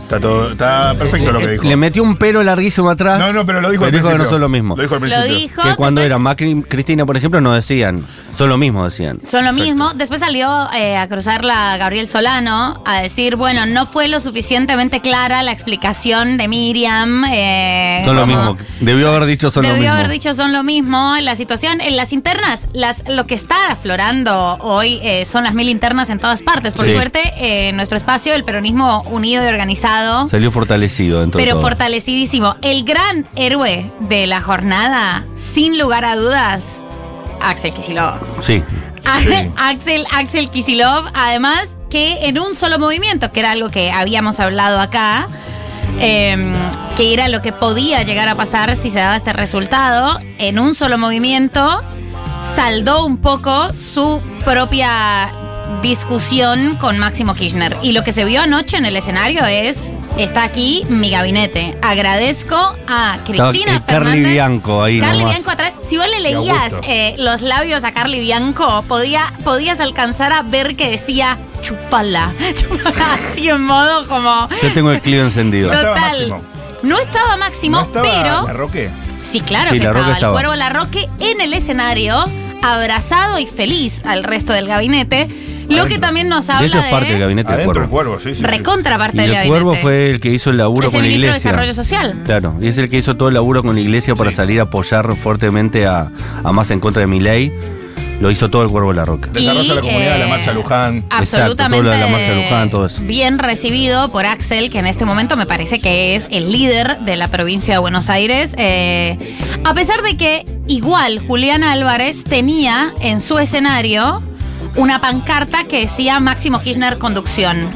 S4: Está, todo, está perfecto lo que dijo.
S3: Eh, Le metió un pero larguísimo atrás.
S4: No, no, pero lo dijo al
S3: que
S4: principio.
S3: no son lo mismo.
S4: Lo dijo al
S1: Lo
S4: principio.
S1: dijo.
S3: Que cuando
S1: después-
S3: era Macri, Cristina, por ejemplo, no decían. Son lo mismo, decían.
S1: Son lo mismo. Después salió eh, a cruzar la Gabriel Solano a decir, bueno, no fue lo suficientemente clara la explicación de Miriam. eh,
S3: Son lo
S1: como-
S3: mismo. Debió haber dicho son lo
S1: Debió
S3: mismo.
S1: haber dicho son lo mismo. La situación en las internas, las, lo que está aflorando hoy eh, son las mil internas en todas partes. Por
S3: Sí.
S1: suerte, eh, nuestro espacio, el peronismo unido y organizado,
S3: Salió fortalecido dentro de
S1: pero
S3: todo.
S1: fortalecidísimo. El gran héroe de la jornada, sin lugar a dudas, Axel Kicillof.
S3: Sí.
S1: A-
S4: Sí.
S1: Ah, <laughs> Axel, Axel Kisilov, además que en un solo movimiento, que era algo que habíamos hablado acá, em, que era lo que podía llegar a pasar si se daba este resultado, en un solo movimiento saldó un poco su propia discusión con Máximo Kirchner. Y lo que se vio anoche en el escenario es, está aquí mi gabinete. Agradezco a
S3: Estaba,
S1: Cristina
S3: eh, Carly
S1: Fernández.
S3: Bianco ahí
S1: Carly
S3: nomás.
S1: Bianco atrás. Si vos le
S4: Y
S1: leías
S4: Augusto.
S1: eh, los labios a Carly Bianco, podía, podías alcanzar a ver que decía chupala. <laughs> Chupala, así en modo como.
S3: Yo tengo el clio encendido.
S4: No estaba
S1: Total.
S4: Máximo.
S1: No estaba Máximo,
S4: ¿No estaba
S1: pero.
S4: la Roque?
S3: Este
S1: Sí, claro
S3: Sí,
S1: que
S3: La Roque
S1: estaba.
S3: estaba.
S1: El cuervo Larroque en el escenario, abrazado y feliz al resto del gabinete. Lo que
S4: Adentro.
S1: también nos habla
S3: De hecho, es parte del gabinete del
S4: Adentro el
S3: cuervo.
S4: cuervo, sí, sí. sí.
S1: recontra parte
S3: Y
S1: del
S3: el
S1: gabinete.
S3: cuervo fue el que hizo el laburo
S1: es el
S3: con la
S1: ministro de
S3: iglesia.
S1: Desarrollo Social.
S3: Claro, y es el que hizo todo el laburo con la iglesia para salir a apoyar fuertemente a, a más en contra de mi ley. Lo hizo todo el cuervo de la roca.
S4: Desarrollo de la comunidad
S1: eh,
S4: de la marcha Luján.
S1: ah,
S3: Exacto, todo
S1: Absolutamente
S3: lo de la marcha de Luján, todo eso.
S1: bien recibido por Axel, que en este momento me parece que es el líder de la provincia de Buenos Aires. eh, a pesar de que igual Julián Álvarez tenía en su escenario una pancarta que decía Máximo Kirchner conducción.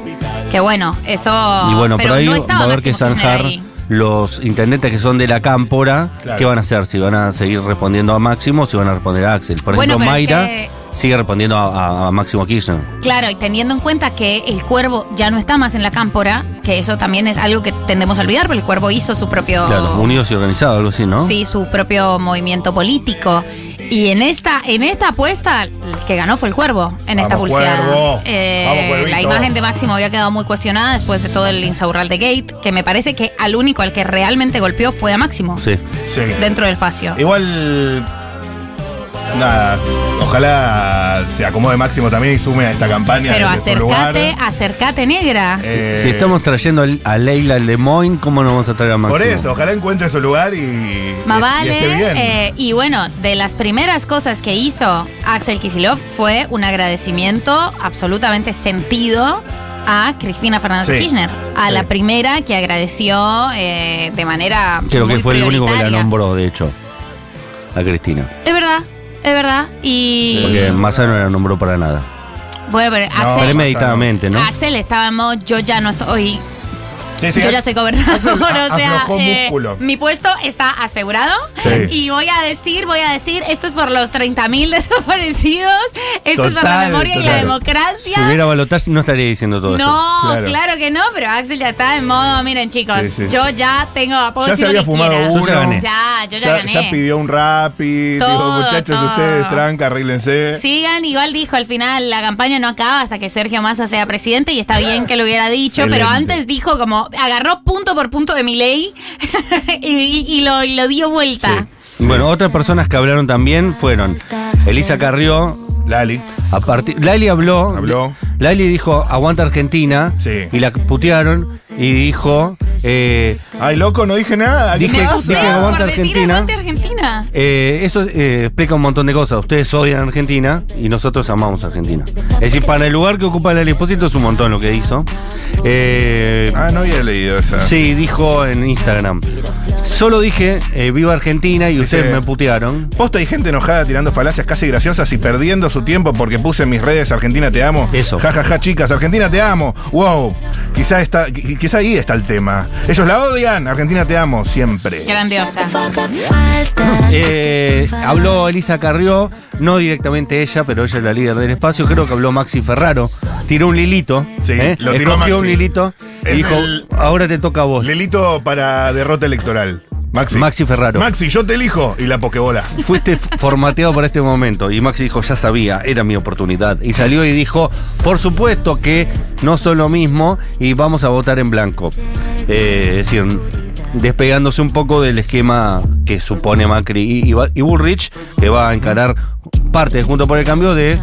S1: Que bueno, eso...
S3: Y bueno, pero, ahí
S1: Oh, no
S3: va
S1: estaba
S3: a haber que
S1: Máximo Kirchner
S3: zanjar
S1: ahí.
S3: los intendentes que son de la cámpora.
S4: Claro.
S3: ¿Qué van a hacer? Si van a seguir respondiendo a Máximo o si van a responder a Axel. Por
S1: Bueno,
S3: ejemplo,
S1: pero es
S3: Mayra
S1: que-
S3: sigue respondiendo a, a- a Máximo Kirchner.
S1: Claro, y teniendo en cuenta que el cuervo ya no está más en la cámpora, que eso también es algo que tendemos a olvidar, porque el cuervo hizo su propio...
S3: Claro, unidos y organizados, algo así, ¿no?
S1: Oh. Sí, su propio movimiento político. Y en esta, en esta apuesta, el que ganó fue el cuervo, en esta
S4: Vamos,
S1: pulseada. Eh,
S4: Cuervo. Vamos, Cuervito.
S1: la imagen de Máximo había quedado muy cuestionada después de todo el insaurral de Gate, que me parece que al único al que realmente golpeó fue a Máximo
S3: Sí.
S4: Sí.
S1: dentro del espacio.
S4: Igual. Nada, ojalá se acomode Máximo también y sume a esta campaña.
S1: Pero
S4: desde su
S1: acércate,
S4: este lugar.
S1: acércate negra.
S4: Eh,
S3: Si estamos trayendo al- a Leila al Lemoine, ¿cómo nos vamos a traer a Máximo?
S4: Por eso, ojalá encuentre su lugar y.
S1: Más
S4: y- y esté bien.
S1: vale. eh, y bueno, de las primeras cosas que hizo Axel Kisilov fue un agradecimiento absolutamente sentido a Cristina Fernández
S4: Sí,
S1: Kirchner. A
S4: sí.
S1: la primera que agradeció eh, de manera.
S3: Creo
S1: muy
S3: que fue el único que la
S1: prioritaria.
S3: nombró, de hecho, a Cristina.
S1: Es verdad, es verdad. Y.
S3: Porque Massa no la nombró para nada.
S1: Bueno, pero
S4: No,
S1: Axel.
S4: Massa
S3: Premeditadamente, ¿no?
S1: Axel estaba en modo, yo ya no estoy.
S4: Sí, sí,
S1: yo ya soy gobernador, <laughs>
S4: a-
S1: o sea,
S4: aflojó
S1: eh,
S4: músculo.
S1: mi puesto está asegurado.
S4: Sí.
S1: Y voy a decir, voy a decir, esto es por los 30.000 <laughs> desaparecidos, esto es por la
S4: Total,
S1: memoria y la
S4: total.
S1: democracia.
S3: Si hubiera balotaje no estaría diciendo todo esto.
S1: no,
S4: claro.
S1: claro. que no, pero Axel ya está en modo, miren chicos,
S4: Sí, sí.
S1: yo ya tengo, puedo
S4: Ya se
S1: decir lo
S4: había
S1: que
S4: fumado
S1: quiera.
S4: uno.
S3: Yo ya gané.
S1: Ya, yo ya, gané.
S4: ya pidió un rap y dijo,
S1: Todo,
S4: muchachos,
S1: todo.
S4: ustedes tranca, arréglense.
S1: Sigan, igual dijo al final, la campaña no acaba hasta que Sergio Massa sea presidente y está bien que lo hubiera dicho, pero
S4: Excelente.
S1: antes dijo como, agarró punto por punto de mi ley <laughs> y, y- y lo, y lo dio vuelta.
S3: Bueno, otras personas que hablaron también fueron Elisa Carrió.
S4: Lali.
S3: A partir, Laili habló.
S4: Habló.
S3: Laili dijo, aguanta Argentina.
S4: Sí.
S3: Y la putearon. Y dijo, Eh,
S4: Ay, loco, no dije nada. ¿qué
S3: Dije-
S1: Me
S4: pasa?
S1: gusté
S3: dije
S1: por
S3: aguante
S1: decir
S3: Argentina.
S1: aguante Argentina.
S3: eh, eso eh, explica un montón de cosas. Ustedes odian a Argentina y nosotros amamos a Argentina. Es decir, para el lugar que ocupa el expósito es un montón lo que hizo. Eh,
S4: Ah, no había leído esa.
S3: Sí, dijo en Instagram. Solo dije, eh, viva Argentina y ustedes
S4: Dice-
S3: me putearon.
S4: Posta hay gente enojada tirando falacias casi graciosas y perdiendo su tiempo porque puse en mis redes Argentina te amo.
S3: Eso.
S4: Ja, ja, ja, chicas, Argentina te amo. Wow. Quizá, está, qui- quizá ahí está el tema. Ellos la odian. Argentina te amo siempre.
S1: Grandiosa.
S3: Eh, habló Elisa Carrió, no directamente ella, pero ella es la líder del espacio. Creo que habló Maxi Ferraro. Tiró un lilito.
S4: Sí,
S3: ¿eh?
S4: lo tiró
S3: Escogió
S4: Maxi.
S3: un lilito y
S4: Es
S3: dijo,
S4: el-
S3: ahora te toca a vos.
S4: Lelito para derrota electoral. Maxi.
S3: Maxi Ferraro.
S4: Maxi, yo te elijo. Y la pokebola.
S3: Fuiste f- formateado para este momento. Y Maxi dijo, ya sabía, era mi oportunidad. Y salió y dijo, por supuesto que no son lo mismo y vamos a votar en blanco. Eh, es decir, despegándose un poco del esquema que supone Macri y, y Ba- y Bullrich, que va a encarar parte de Junto por el Cambio de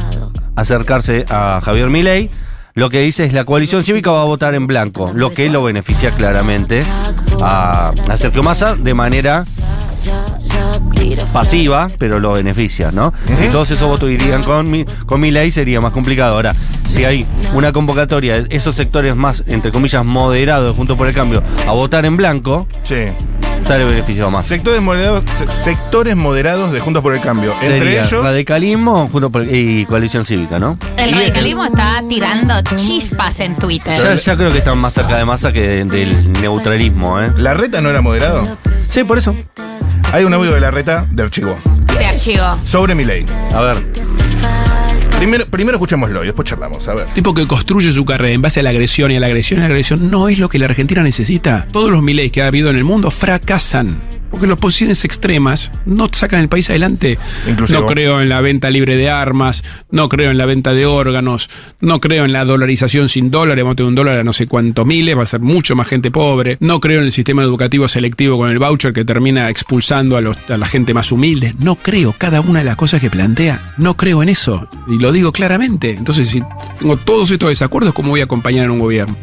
S3: acercarse a Javier Milei. Lo que dice es la coalición cívica va a votar en blanco, lo que lo beneficia claramente a, a Sergio Massa de manera pasiva, pero lo beneficia, ¿no? Si todos esos votos irían con mi, con mi ley sería más complicado. Ahora, si hay una convocatoria de esos sectores más, entre comillas, moderados, junto por el cambio, a votar en blanco,
S4: Che.
S3: sale beneficiado más.
S4: Sectores moderados, se- sectores moderados de Juntos por el Cambio. Entre
S3: Sería
S4: ellos.
S3: radicalismo junto por- y coalición cívica, ¿no?
S1: El radicalismo está tirando chispas en Twitter.
S3: Ya, ya creo que están más cerca de masa que de- del neutralismo, ¿eh?
S4: ¿La reta no era moderado?
S3: Sí, por eso.
S4: Hay un audio de la reta de archivo.
S1: Te archivo.
S4: Sobre mi ley.
S3: A ver,
S4: Primero, primero escuchémoslo y después charlamos. A ver.
S9: Tipo que construye su carrera en base a la agresión y a la agresión y a la agresión no es lo que la Argentina necesita. Todos los miles que ha habido en el mundo fracasan. Porque las posiciones extremas no sacan el país adelante.
S4: Inclusivo.
S9: No creo en la venta libre de armas, no creo en la venta de órganos, no creo en la dolarización sin dólares, vamos a tener un dólar a no sé cuántos miles, va a ser mucho más gente pobre. No creo en el sistema educativo selectivo con el voucher que termina expulsando a, los- a la gente más humilde. No creo cada una de las cosas que plantea. No creo en eso. Y lo digo claramente. Entonces, si tengo todos estos desacuerdos, ¿cómo voy a acompañar a un gobierno?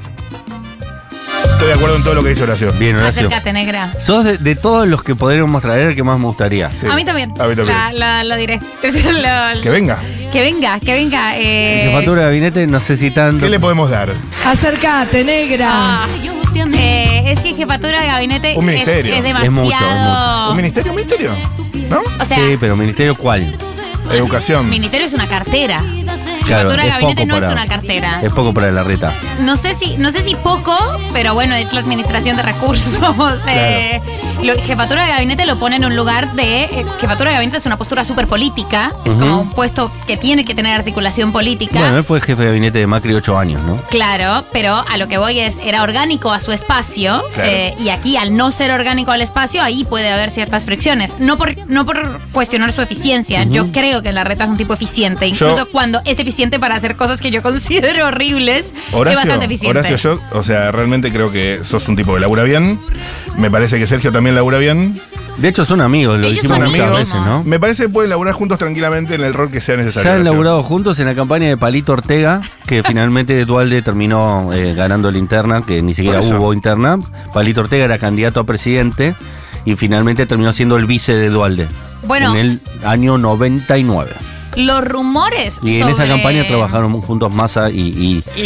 S4: Estoy de acuerdo en todo lo que dice Horacio.
S3: bien, Horacio.
S1: Acércate, negra.
S3: Sos de, de todos los que podríamos traer el que más me gustaría.
S1: A mí también.
S4: A mí también.
S1: La, la- lo diré. <laughs> Lo-
S4: Que venga.
S1: que venga, que venga. Eh,
S3: Jefatura de gabinete, no sé si tanto.
S4: ¿Qué le podemos dar?
S5: Acércate, negra.
S1: Ah, eh, es que jefatura de gabinete
S4: Un
S1: es,
S4: ministerio.
S1: es
S4: Es
S1: demasiado.
S3: mucho, es
S4: ¿Un ministerio? ¿Un ministerio? ¿No?
S1: O sea,
S3: Sí, pero ministerio cuál?
S4: Educación.
S1: ministerio es una cartera.
S3: Claro,
S1: jefatura de
S3: es
S1: gabinete
S3: poco
S1: no es
S3: para-
S1: una cartera.
S3: Es poco para la reta.
S1: No sé si, no sé si poco, pero bueno, es la administración de recursos. <laughs> eh, lo- jefatura de gabinete lo pone en un lugar de. eh, jefatura de gabinete es una postura súper política. Es como un puesto que tiene que tener articulación política.
S3: Bueno, él fue jefe de gabinete de Macri ocho años, ¿no?
S1: Claro, pero a lo que voy es, era orgánico a su espacio
S4: Claro.
S1: eh, y aquí al no ser orgánico al espacio, ahí puede haber ciertas fricciones. No por, no por cuestionar su eficiencia, yo creo que la reta es un tipo eficiente, incluso cuando es eficiente para hacer cosas que yo <laughs> considero horribles, es
S4: Horacio,
S1: bastante eficiente.
S4: Horacio, yo, o sea, realmente creo que sos un tipo que labura bien. Me parece que Sergio también labura bien.
S3: De hecho, son amigos, lo
S1: Ellos
S3: dijimos
S1: son
S3: muchas
S4: amigos.
S3: veces, ¿no?
S4: Me parece que pueden laburar juntos tranquilamente en el rol que sea necesario.
S3: Ya han
S4: Horacio.
S3: laburado juntos en la campaña de Palito Ortega,
S1: <laughs>
S3: que finalmente Dualde terminó eh, ganando la interna, que ni siquiera
S4: Por eso.
S3: hubo interna. Palito Ortega era candidato a presidente y finalmente terminó siendo el vice de Dualde.
S1: Bueno.
S3: En el año 99.
S1: Los rumores...
S3: Y en esa
S1: sobre-
S3: campaña trabajaron juntos Massa y, y,
S1: Y-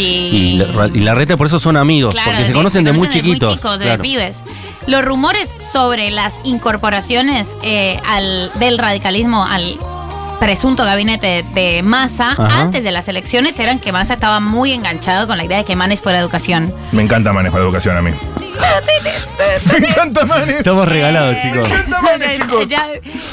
S3: y la, y la reta, por eso son amigos,
S1: Claro,
S3: porque se
S1: desde-
S3: conocen de muy
S1: desde
S3: chiquitos.
S1: chicos, desde
S3: claro.
S1: pibes. Los rumores sobre las incorporaciones eh, al, del radicalismo al presunto gabinete de Massa
S3: Ajá.
S1: antes de las elecciones eran que Massa estaba muy enganchado con la idea de que Manes fuera educación.
S4: Me encanta Manes para
S1: <laughs>
S4: educación a mí. Me encanta Manes.
S3: Estamos regalados,
S1: Eh,
S3: Oh,
S1: <laughs>
S3: chicos.
S4: Manes, chicos.
S1: ya-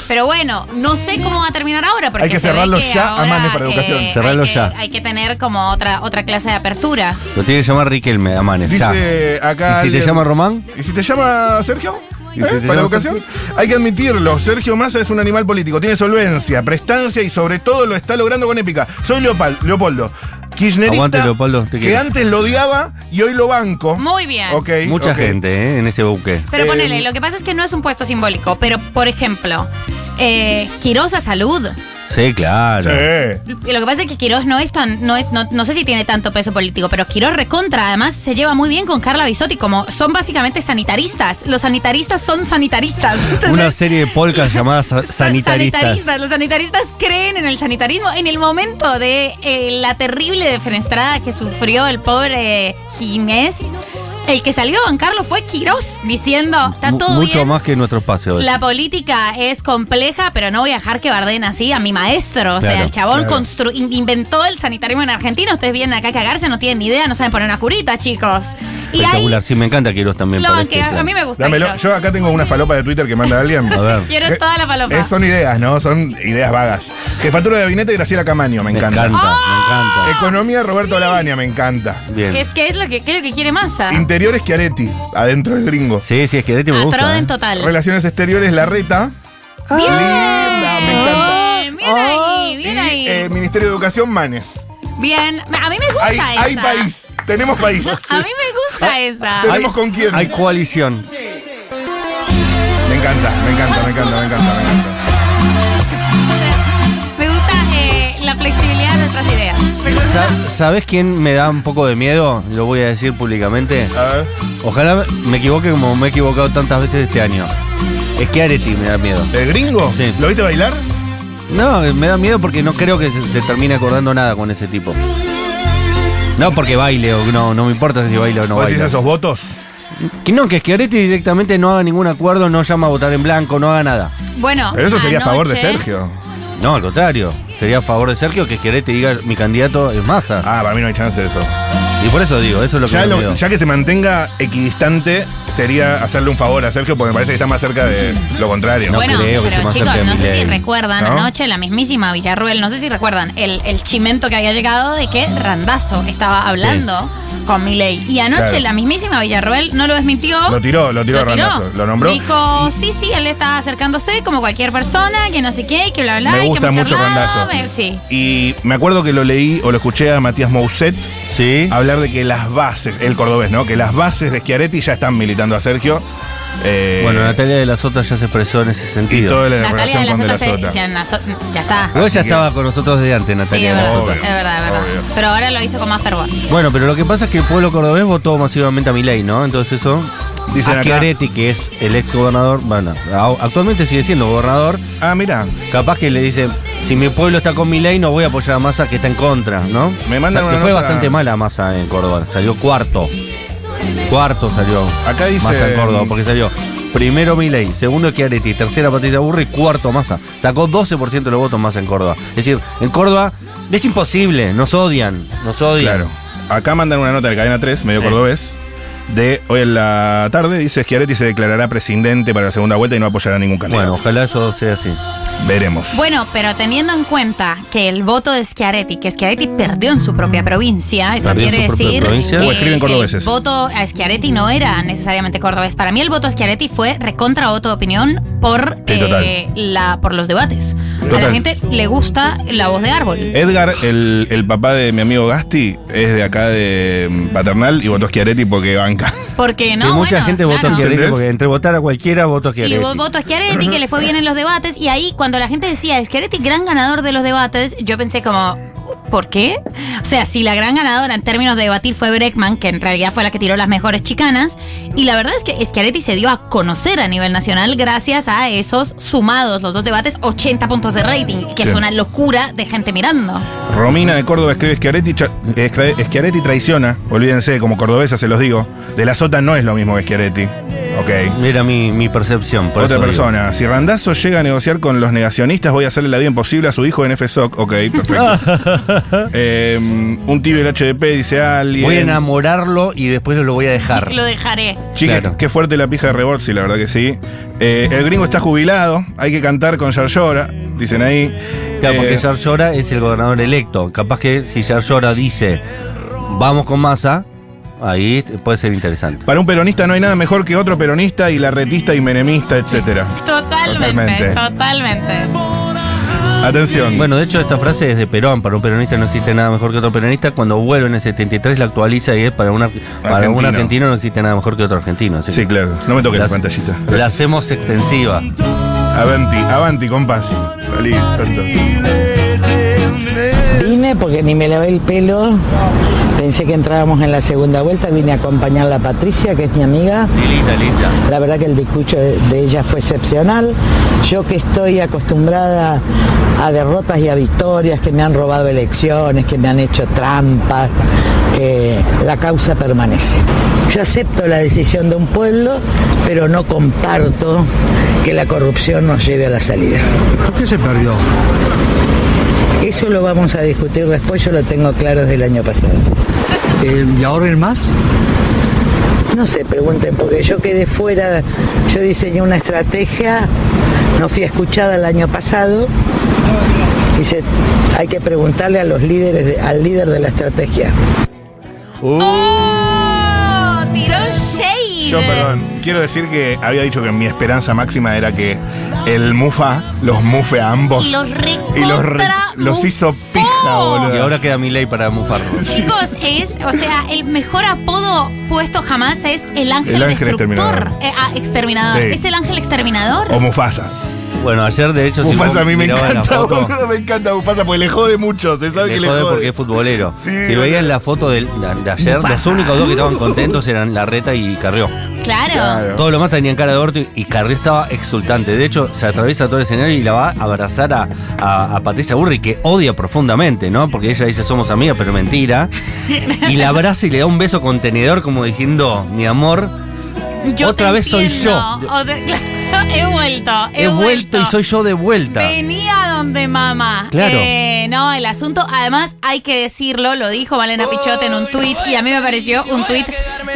S1: pero bueno, no sé cómo va a terminar ahora. Porque
S4: Hay que
S1: se ve
S4: cerrarlo
S1: que
S4: ya a
S1: ahora,
S4: Manes para
S1: eh,
S4: educación.
S1: hay
S3: Cerrarlo
S1: que-
S3: ya.
S1: Hay que tener como otra, otra clase de apertura.
S3: Lo tiene que llamar Riquelme, Amanes.
S4: Dice
S3: ya.
S4: acá.
S3: ¿Y si te
S4: alguien-
S3: llama Román?
S4: ¿Y si te llama Sergio?
S3: ¿Y si
S4: ¿Eh?
S3: te llama
S4: ¿Para educación? Hay que admitirlo, Sergio Massa es un animal político, tiene solvencia, prestancia y sobre todo lo está logrando con épica. Soy Leopal- Leopoldo, kirchnerista
S3: Aguante, Leopoldo, te
S4: que
S3: quiero.
S4: antes lo odiaba y hoy lo banco.
S1: Muy bien.
S4: Ok,
S3: Mucha
S4: ok.
S3: gente ¿eh? en ese buque.
S1: Pero
S4: Eh,
S1: ponele, lo que pasa es que no es un puesto simbólico. Pero, por ejemplo, eh, Quirosa Salud
S3: Sí, claro.
S4: Eh.
S1: Y Lo que pasa es que Quirós no es tan, no es, no, no sé si tiene tanto peso político, pero Quirós recontra, además se lleva muy bien con Carla Bisotti, como son básicamente sanitaristas. Los sanitaristas son sanitaristas. ¿entendés?
S3: Una serie de polcas llamadas sa-
S1: Son
S3: <laughs> sanitaristas.
S1: Los sanitaristas creen en el sanitarismo. En el momento de eh, la terrible defenestrada que sufrió el pobre Ginés, el que salió a bancarlo fue Quirós, diciendo, está
S3: Mu-
S1: todo
S3: Mucho
S1: bien.
S3: más que nuestro espacio.
S1: La política es compleja, pero no voy a dejar que barden así a mi maestro. O sea,
S3: Claro,
S1: el chabón
S4: claro.
S1: constru- in- inventó el sanitarismo en Argentina. Ustedes vienen acá a cagarse, no tienen ni idea, no saben poner una curita, chicos. Y ahí
S3: Espectacular. Sí, me encanta Quiroz también.
S1: lo
S3: para
S1: banqué.
S3: este
S1: A mí me gusta.
S4: Dámelo.
S1: Quirós.
S4: Yo acá tengo una falopa de Twitter que manda alguien.
S3: A ver.
S1: Quiero
S4: Eh,
S1: toda la palopa.
S4: eh, son ideas, ¿no? Son ideas vagas. Jefatura de gabinete Graciela Camaño, me
S3: Me
S4: encanta.
S3: encanta, me
S1: Ah,
S3: encanta.
S4: Economía Roberto Lavagna, me encanta.
S3: Bien.
S1: Es que es lo que creo que quiere Massa.
S4: Interiores Chiaretti, adentro el gringo.
S3: Sí, sí, es que me gusta.
S1: Atroda en
S3: ¿eh?
S1: total.
S4: Relaciones exteriores Larreta.
S1: Bien.
S4: Linda, me encanta.
S1: Bien, bien ahí, bien
S4: y
S1: ahí.
S4: eh, Ministerio de Educación Manes.
S1: bien. A mí me gusta
S4: Hay,
S1: esa.
S4: hay país, tenemos país.
S1: <laughs> A mí me gusta esa.
S4: Te- ¿Tenemos con quién?
S3: Hay coalición.
S4: Me encanta, me encanta, me encanta, me encanta, me encanta.
S1: Me gusta eh, la flexibilidad de nuestras ideas.
S3: Sa- ¿Sabes quién me da un poco de miedo? Lo voy a decir públicamente.
S4: A ver.
S3: Ojalá me equivoque como me he equivocado tantas veces este año. Es que Areti me da miedo.
S4: ¿El gringo?
S3: Sí.
S4: ¿Lo viste bailar?
S3: No, me da miedo porque no creo que se, se termine acordando nada con ese tipo. No porque baile o no, no me importa si baile o no
S4: ¿Vos decís
S3: baile.
S4: esos votos?
S3: Que no, que Schiaretti directamente no haga ningún acuerdo, no llama a votar en blanco, no haga nada.
S1: Bueno,
S4: Pero eso sería a favor de
S1: anoche-
S4: Sergio.
S3: No, al contrario. Sería a favor de Sergio que Schiaretti diga mi candidato es Massa.
S4: Ah, para mí no hay chance de eso.
S3: Y por eso digo, eso es lo que
S4: Ya,
S3: me da
S4: lo-
S3: miedo.
S4: ya que se mantenga equidistante, sería hacerle un favor a Sergio, porque me parece que está más cerca de lo contrario.
S3: No
S1: bueno,
S3: creo que se
S1: pero
S3: más
S1: chicos,
S3: acerque a
S1: no sé si
S3: Milei,
S1: recuerdan
S4: ¿no?
S1: anoche la mismísima Villarruel, no sé si recuerdan el, el chimento que había llegado de que Randazo estaba hablando con Milei. Y anoche
S4: Claro.
S1: la mismísima Villarruel no lo desmintió.
S4: Lo tiró, lo tiró Randazo. Lo nombró.
S1: Dijo, sí, sí, él está acercándose como cualquier persona, que no sé qué, que bla, bla,
S4: me
S1: y que
S4: gusta
S1: hemos
S4: mucho
S1: charlado,
S4: Randazo.
S1: me- sí.
S4: Y me acuerdo que lo leí o lo escuché a Matías Mousset
S3: Sí.
S4: hablar de que las bases, el cordobés, ¿no? Que las bases de Schiaretti ya están militando a Sergio. Eh,
S3: Bueno, Natalia de la Sota ya se expresó en ese
S4: Y
S3: sentido.
S4: toda la
S1: Natalia
S4: relación
S1: de la
S4: con De
S1: Sota
S4: La
S1: se-
S4: Sota.
S1: ya, na- so- ya está.
S3: Igual ya
S4: Así que-
S3: estaba con nosotros de antes,
S1: Sí,
S3: Natalia
S1: es
S3: de la
S1: verdad,
S3: Sota.
S4: Obvio,
S1: es verdad, es verdad.
S4: obvio.
S1: Pero ahora lo hizo con más fervor.
S3: Bueno, pero lo que pasa es que el pueblo cordobés votó masivamente a Milei, ¿no? Entonces eso... a
S4: Dicen acá-
S3: Schiaretti, que es el ex gobernador, bueno, a- actualmente sigue siendo gobernador,
S4: Ah, mira,
S3: capaz que le dice, si mi pueblo está con Milei no voy a apoyar a Massa que está en contra, ¿no?
S4: Me mandan
S3: Que
S4: una
S3: fue
S4: nota-
S3: bastante mala Massa en Córdoba, salió cuarto. Cuarto salió.
S4: Acá dice-
S3: Massa en Córdoba, porque salió primero Milei, segundo Chiaretti, tercera Patricia Burri, cuarto Massa. Sacó 12% de los votos Massa en Córdoba. Es decir, en Córdoba es imposible, nos odian, nos odian.
S4: claro. Acá mandan una nota de cadena 3, medio
S3: Sí.
S4: cordobés. De hoy en la tarde dice Schiaretti se declarará presidente para la segunda vuelta y no apoyará a ningún
S3: Bueno,
S4: candidato.
S3: ojalá eso sea así.
S1: Eh,
S4: Veremos.
S1: Bueno, pero teniendo en cuenta que el voto de Schiaretti, que Schiaretti perdió en su propia provincia, esto
S3: ¿Perdió en
S1: quiere
S3: su propia
S1: decir
S3: provincia?
S1: que
S4: O escriben cordobeses.
S1: el voto a Schiaretti no era necesariamente cordobés. Para mí el voto a Schiaretti fue recontra voto de opinión por,
S4: Sí,
S1: eh, la, por los debates. A la
S4: Total. Eh,
S1: gente le gusta la voz de árbol.
S4: Edgar, el, el papá de mi amigo Gasti, es de acá de mm, Paternal y votó Schiaretti porque banca.
S1: Porque no,
S3: Sí, mucha
S1: bueno,
S3: gente votó a
S1: claro.
S3: Schiaretti
S4: ¿Entendés?
S3: porque entre votar a cualquiera voto a Schiaretti.
S1: Y vos voto a Schiaretti,
S4: <laughs>
S1: que le fue bien en los debates. Y ahí, cuando la gente decía, Schiaretti, gran ganador de los debates, yo pensé como, ¿por qué? O sea, si la gran ganadora en términos de debatir fue Breckman, que en realidad fue la que tiró las mejores chicanas. Y la verdad es que Schiaretti se dio a conocer a nivel nacional gracias a esos sumados, los dos debates, 80 puntos de rating, que es
S4: Sí.
S1: una locura de gente mirando.
S4: Romina de Córdoba escribe Schiaretti, cha- eh, escra- Schiaretti traiciona. Olvídense, como cordobesa se los digo. De la Sota no es lo mismo que Schiaretti. Ok.
S3: Era mi, mi percepción. por
S4: Otra
S3: eso digo.
S4: persona. Si Randazo llega a negociar con los negacionistas, voy a hacerle la vida imposible a su hijo en FSOC. Ok, perfecto.
S3: <laughs>
S4: Eh, un tibio del HDP dice "Ah, alguien.
S3: Voy a enamorarlo y después lo voy a dejar.
S1: Lo dejaré.
S4: Chicas,
S3: Claro.
S4: qué fuerte la pija de Reborsi, la verdad que sí. Eh, el gringo está jubilado, hay que cantar con Yarlora, dicen ahí.
S3: Claro, porque
S4: Eh,
S3: Jar Llora es el gobernador electo. Capaz que si Jar Llora dice vamos con masa, ahí puede ser interesante.
S4: Para un peronista no hay nada mejor que otro peronista y larretista y menemista, etcétera.
S1: Totalmente,
S4: Totalmente.
S1: totalmente.
S4: Atención.
S3: Bueno, de hecho esta frase es de Perón, para un peronista no existe nada mejor que otro peronista, cuando vuelve en el 73 la actualiza y es para, una, para un
S4: Argentino.
S3: argentino no existe nada mejor que otro argentino. Así
S4: sí,
S3: que
S4: claro. No me toques la
S3: las-
S4: pantallita.
S3: La hacemos extensiva.
S4: Avanti, avanti, compás. Salí, pronto.
S11: vine porque ni me lavé el pelo. Pensé que entrábamos en la segunda vuelta, vine a acompañarla a Patricia, que es mi amiga.
S3: Lilita, linda.
S11: La verdad que el discurso de de ella fue excepcional. Yo que estoy acostumbrada a derrotas y a victorias, que me han robado elecciones, que me han hecho trampas, eh, la causa permanece. Yo acepto la decisión de un pueblo, pero no comparto que la corrupción nos lleve a la salida.
S12: ¿Por qué se perdió?
S11: Eso lo vamos a discutir después, yo lo tengo claro desde el año pasado.
S12: Eh, ¿Y ahora el más?
S11: No se pregunten, porque yo quedé fuera, yo diseñé una estrategia, no fui escuchada el año pasado. Dice, hay que preguntarle a los líderes, de- al líder de la estrategia.
S1: ¡Oh! Tiró shade.
S4: Uh. Yo, perdón, quiero decir que había dicho que mi esperanza máxima era que el Mufa los mufe a ambos.
S1: Y los
S4: Y los, re-
S1: recontra
S4: los hizo pija, boludo.
S3: Y ahora queda mi ley para mufarnos.
S1: Chicos, es, o sea, el mejor apodo puesto jamás es el ángel,
S4: El ángel
S1: destructor.
S4: exterminador.
S1: Eh, ah, exterminador.
S4: Sí. Oh,
S1: Es el ángel exterminador.
S4: O Mufasa.
S3: Bueno, ayer de hecho. si
S4: Mufasa
S3: vos
S4: a mí me
S3: mirabas la
S4: encanta,
S3: foto,
S4: boludo, me encanta Mufasa porque le jode mucho, se sabe
S3: Le
S4: que
S3: jode porque es futbolero.
S4: Sí,
S3: si
S4: boludo.
S3: veías la foto del- de, de ayer, los
S4: Mufasa.
S3: únicos dos que estaban contentos eran Larreta y Carrió.
S1: Claro.
S4: Claro.
S3: Todos los más tenían cara de orto y, y Carrió estaba exultante. De hecho, se atraviesa todo el escenario y la va a abrazar a, a- a Patricia Burri, que odia profundamente, ¿no? Porque ella dice somos amigas, pero mentira. Y la abraza y le da un beso contenedor, como diciendo, mi amor,
S1: Yo
S3: Otra
S1: te
S3: vez soy
S1: entiendo.
S3: yo.
S1: O de- <laughs> claro, he vuelto. He,
S3: he vuelto y soy yo de vuelta.
S1: Venía donde mamá.
S3: Claro.
S1: Eh, no, el asunto, además, hay que decirlo, lo dijo Valena Pichote en un tuit y a mí me pareció un tuit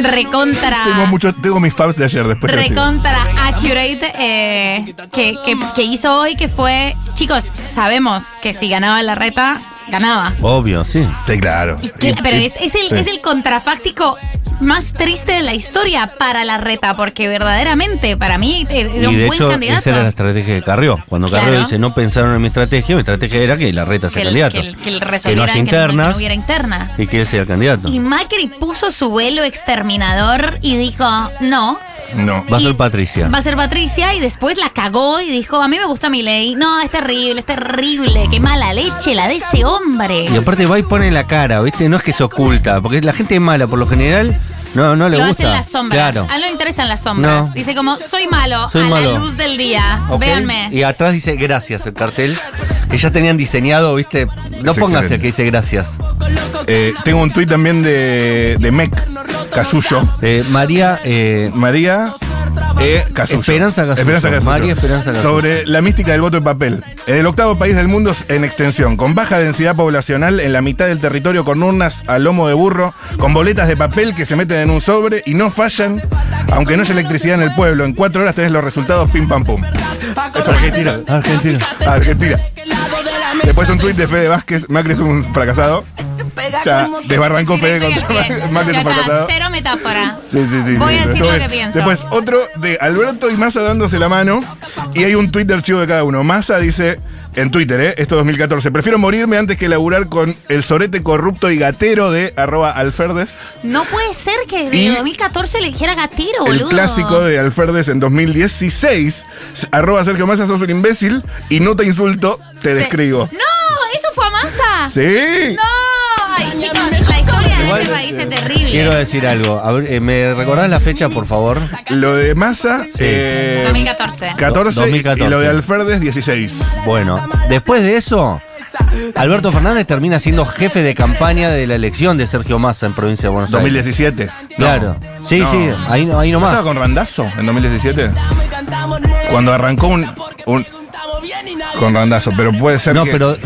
S1: recontra.
S4: Tengo, mucho, tengo mis faves de ayer después. Pues te los digo.
S1: recontra accurate eh, que, que- que hizo hoy, que fue, chicos, sabemos que si ganaba la reta, ganaba.
S3: Obvio, sí.
S4: Sí, claro.
S1: Que-
S4: Y-
S1: pero
S4: y-
S1: es, es el,
S4: sí.
S1: es el contrafáctico más triste de la historia para la reta, porque verdaderamente para mí era
S3: Y
S1: un
S3: de
S1: buen
S3: hecho,
S1: candidato.
S3: esa era la estrategia de Carrió. Cuando Carrió
S1: Claro.
S3: dice, no pensaron en mi estrategia, mi estrategia era que la reta sea
S1: que, el,
S3: candidato.
S1: que, el- que el resolviera
S3: haya
S1: que no- que no
S3: internas.
S1: hubiera interna.
S3: Y que él sea el candidato.
S1: Y Macri puso su velo exterminador y dijo, no,
S4: No.
S3: Va a ser
S1: y-
S3: Patricia.
S1: Va a ser Patricia y después la cagó y dijo, a mí me gusta mi ley. No, es terrible, es terrible, qué mala leche la de ese hombre.
S3: Y aparte va y pone la cara, ¿viste? No es que se oculta, porque la gente mala por lo general no, no le
S1: Lo
S3: gusta.
S1: hacen las sombras.
S3: Claro.
S1: A él le interesan las sombras.
S3: No.
S1: Dice como, soy malo
S3: Soy
S1: a
S3: malo.
S1: la luz del día.
S3: Ok.
S1: Véanme.
S3: Y atrás dice gracias el cartel, que ya tenían diseñado, ¿viste? No
S4: Es
S3: pongas el
S4: excelente.
S3: que dice gracias.
S4: Eh, tengo un tuit también de, de Mec Casullo.
S3: Eh, María, eh,
S4: María eh, Casullo.
S3: Esperanza Casullo.
S4: Esperanza Casullo.
S3: María Esperanza Casullo.
S4: Sobre la mística del voto en papel. En el octavo país del mundo en extensión, con baja densidad poblacional, en la mitad del territorio con urnas a lomo de burro, con boletas de papel que se meten en un sobre y no fallan, aunque no haya electricidad en el pueblo. En cuatro horas tenés los resultados pim pam pum. Es Argentina.
S3: Argentina.
S4: Argentina. Después un tuit de Fede Vázquez, Macri es un fracasado. Ya, desbarrancó Fede
S1: Estoy al
S4: contra
S1: pie.
S4: Macri, Macri es
S1: Ya
S4: un
S1: está,
S4: fracasado.
S1: Cero metáfora.
S4: Sí, sí, sí.
S1: Voy a
S4: sí,
S1: decir
S4: estuvo
S1: lo
S4: bien.
S1: que pienso.
S4: Después, otro de Alberto y Massa dándose la mano. Y hay un tweet de archivo de cada uno. Massa dice en Twitter, ¿eh? Esto 2014. Prefiero morirme antes que laburar con el sorete corrupto y gatero de arroba alferdes.
S1: No puede ser que
S4: Y-
S1: desde 2014 le dijera gatiro, Oh, boludo.
S4: El clásico de Alferdes en 2016. Arroba Sergio Massa, sos un imbécil. Y no te insulto, te describo.
S1: No, eso fue a masa.
S4: Sí.
S1: No. Ay, chicos, la historia de
S3: Igual, eh,
S1: este país es terrible.
S3: quiero decir algo. A ver, eh, ¿Me recordás la fecha, por favor?
S4: Lo de Massa, eh,
S1: 2014.
S4: 14.
S3: 2014.
S4: Y lo de Alferdes, 16.
S3: Bueno, después de eso, Alberto Fernández termina siendo jefe de campaña de la elección de Sergio Massa en provincia de Buenos Aires.
S4: 2017. No.
S3: Claro. Sí,
S4: No.
S3: sí, ahí, no- ahí
S4: ¿No
S3: nomás.
S4: estaba con Randazo en 2017? Cuando arrancó un, un- Con Randazo, pero puede ser
S3: No,
S4: que-
S3: pero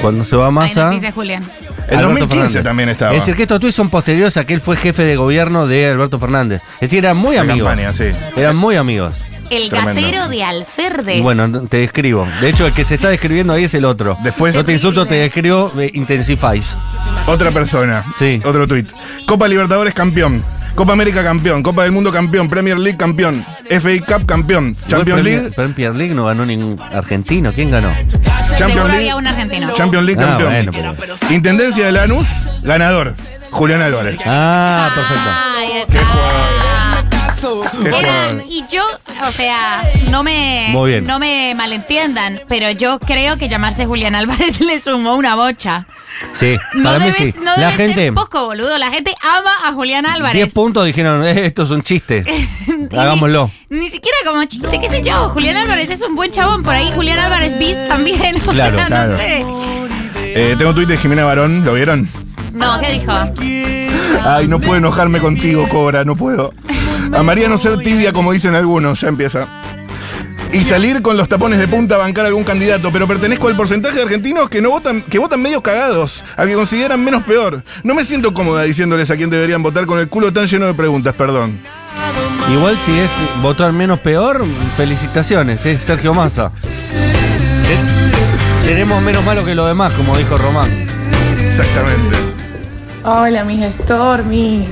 S3: cuando se va
S1: Ahí
S3: Massa.
S1: nos dice Julián.
S4: En
S3: Alberto
S4: 2015
S3: Fernández.
S4: también estaba.
S3: Es decir, que estos tuits son posteriores a que él fue jefe de gobierno de Alberto Fernández. Es decir, eran muy
S4: De
S3: amigos.
S4: campaña, sí.
S3: Eran muy amigos.
S1: El
S4: Tremendo.
S1: gatero de Alferdes.
S3: Y bueno, te describo. De hecho, el que se está describiendo ahí es el otro.
S4: Después-
S3: No te insulto, te describo, eh, intensifies.
S4: Otra persona.
S3: Sí.
S4: Otro tuit. Copa Libertadores campeón. Copa América campeón. Copa del Mundo campeón. Premier League campeón. FA Cup campeón. Champions
S3: Igual
S4: League.
S3: Premier- Premier League no ganó ningún argentino. ¿Quién ganó?
S4: Champions
S1: Seguro
S4: League.
S1: había un argentino.
S4: Champions League
S3: Ah,
S4: campeón.
S3: bueno,
S4: Intendencia de Lanús, ganador. Julián Álvarez.
S3: Ah, perfecto.
S1: Ay, acá.
S2: eso.
S1: Eran- y yo, o sea, no me,
S3: Muy bien.
S1: no me malentiendan, pero yo creo que llamarse Julián Álvarez <laughs> le sumó una bocha.
S3: Sí,
S1: No
S3: para
S1: debes,
S3: mí sí.
S1: no
S3: la
S1: debes
S3: gente,
S1: ser poco, boludo. La gente ama a Julián
S3: 10
S1: Álvarez.
S3: puntos dijeron, "Eh, esto es
S1: <laughs>
S3: un chiste. Hagámoslo.
S1: Ni siquiera como chiste, qué sé yo. Julián Álvarez es un buen chabón. Por ahí Julián Álvarez bis también. <laughs> O
S4: Claro,
S1: sea,
S4: claro.
S1: no sé.
S4: Eh, tengo un tuit de Jimena Barón, ¿lo vieron?
S1: No, ¿qué dijo?
S4: Ay, no puedo enojarme contigo, Cobra, no puedo. A María no ser tibia, como dicen algunos, ya empieza. Y salir con los tapones de punta a bancar a algún candidato, pero pertenezco al porcentaje de argentinos que no votan, que votan medio cagados, al que consideran menos peor. No me siento cómoda diciéndoles a quién deberían votar con el culo tan lleno de preguntas, perdón.
S3: Igual si es votar menos peor, felicitaciones, es Sergio Massa. Seremos menos malos que los demás, como dijo Román.
S4: Exactamente.
S13: Hola mis Stormies.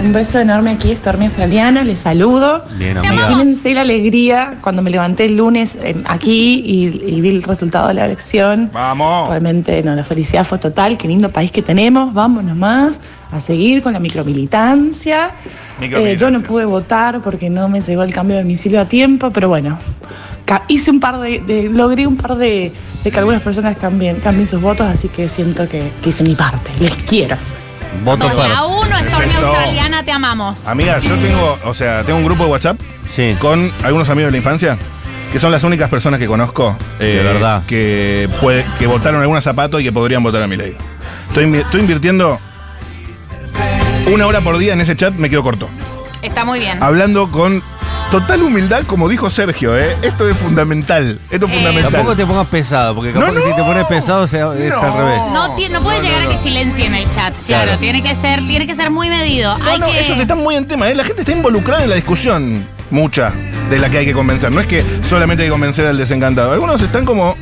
S13: Un beso enorme aquí, Stormy Australiana. Les saludo.
S3: Bien,
S13: Imagínense la alegría cuando me levanté el lunes eh, aquí y, y vi el resultado de la elección.
S4: Vamos.
S13: Realmente, no, la felicidad fue total. Qué lindo país que tenemos. Vamos nomás a seguir con la micromilitancia.
S4: Micromilitancia.
S13: Eh, yo no pude votar porque no me llegó el cambio de domicilio a tiempo, pero bueno. ca- Hice un par de, de- logré un par de, de que algunas personas cambien, cambien sus votos, así que siento que, que hice mi parte. Les quiero.
S3: Voto
S1: Soy
S4: claro.
S1: la uno, Stormy
S4: Eso.
S1: Australiana, te amamos.
S4: Amiga, yo tengo, o sea, tengo un grupo de WhatsApp con algunos amigos de la infancia que son las únicas personas que conozco eh,
S3: De verdad.
S4: que, puede- que votaron alguna zapato y que podrían votar a mi ley. Estoy, invi- estoy invirtiendo una hora por día en ese chat, me quedo corto.
S1: Está muy bien.
S4: Hablando con total humildad, como dijo Sergio, ¿eh? esto es fundamental. Esto es
S1: Eh,
S4: fundamental.
S3: Tampoco te pongas pesado, porque capaz
S4: No,
S3: que si
S4: no.
S3: te pones pesado se- es
S4: No.
S3: al revés.
S1: No, ti- no puede llegar a que silencien el chat, claro.
S3: Claro.
S1: Tiene que ser, tiene que ser muy medido.
S4: No,
S1: Hay
S4: no,
S1: que-
S4: ellos están muy en tema, ¿eh? la gente está involucrada en la discusión, mucha de la que hay que convencer. No es que solamente hay que convencer al desencantado. Algunos están como.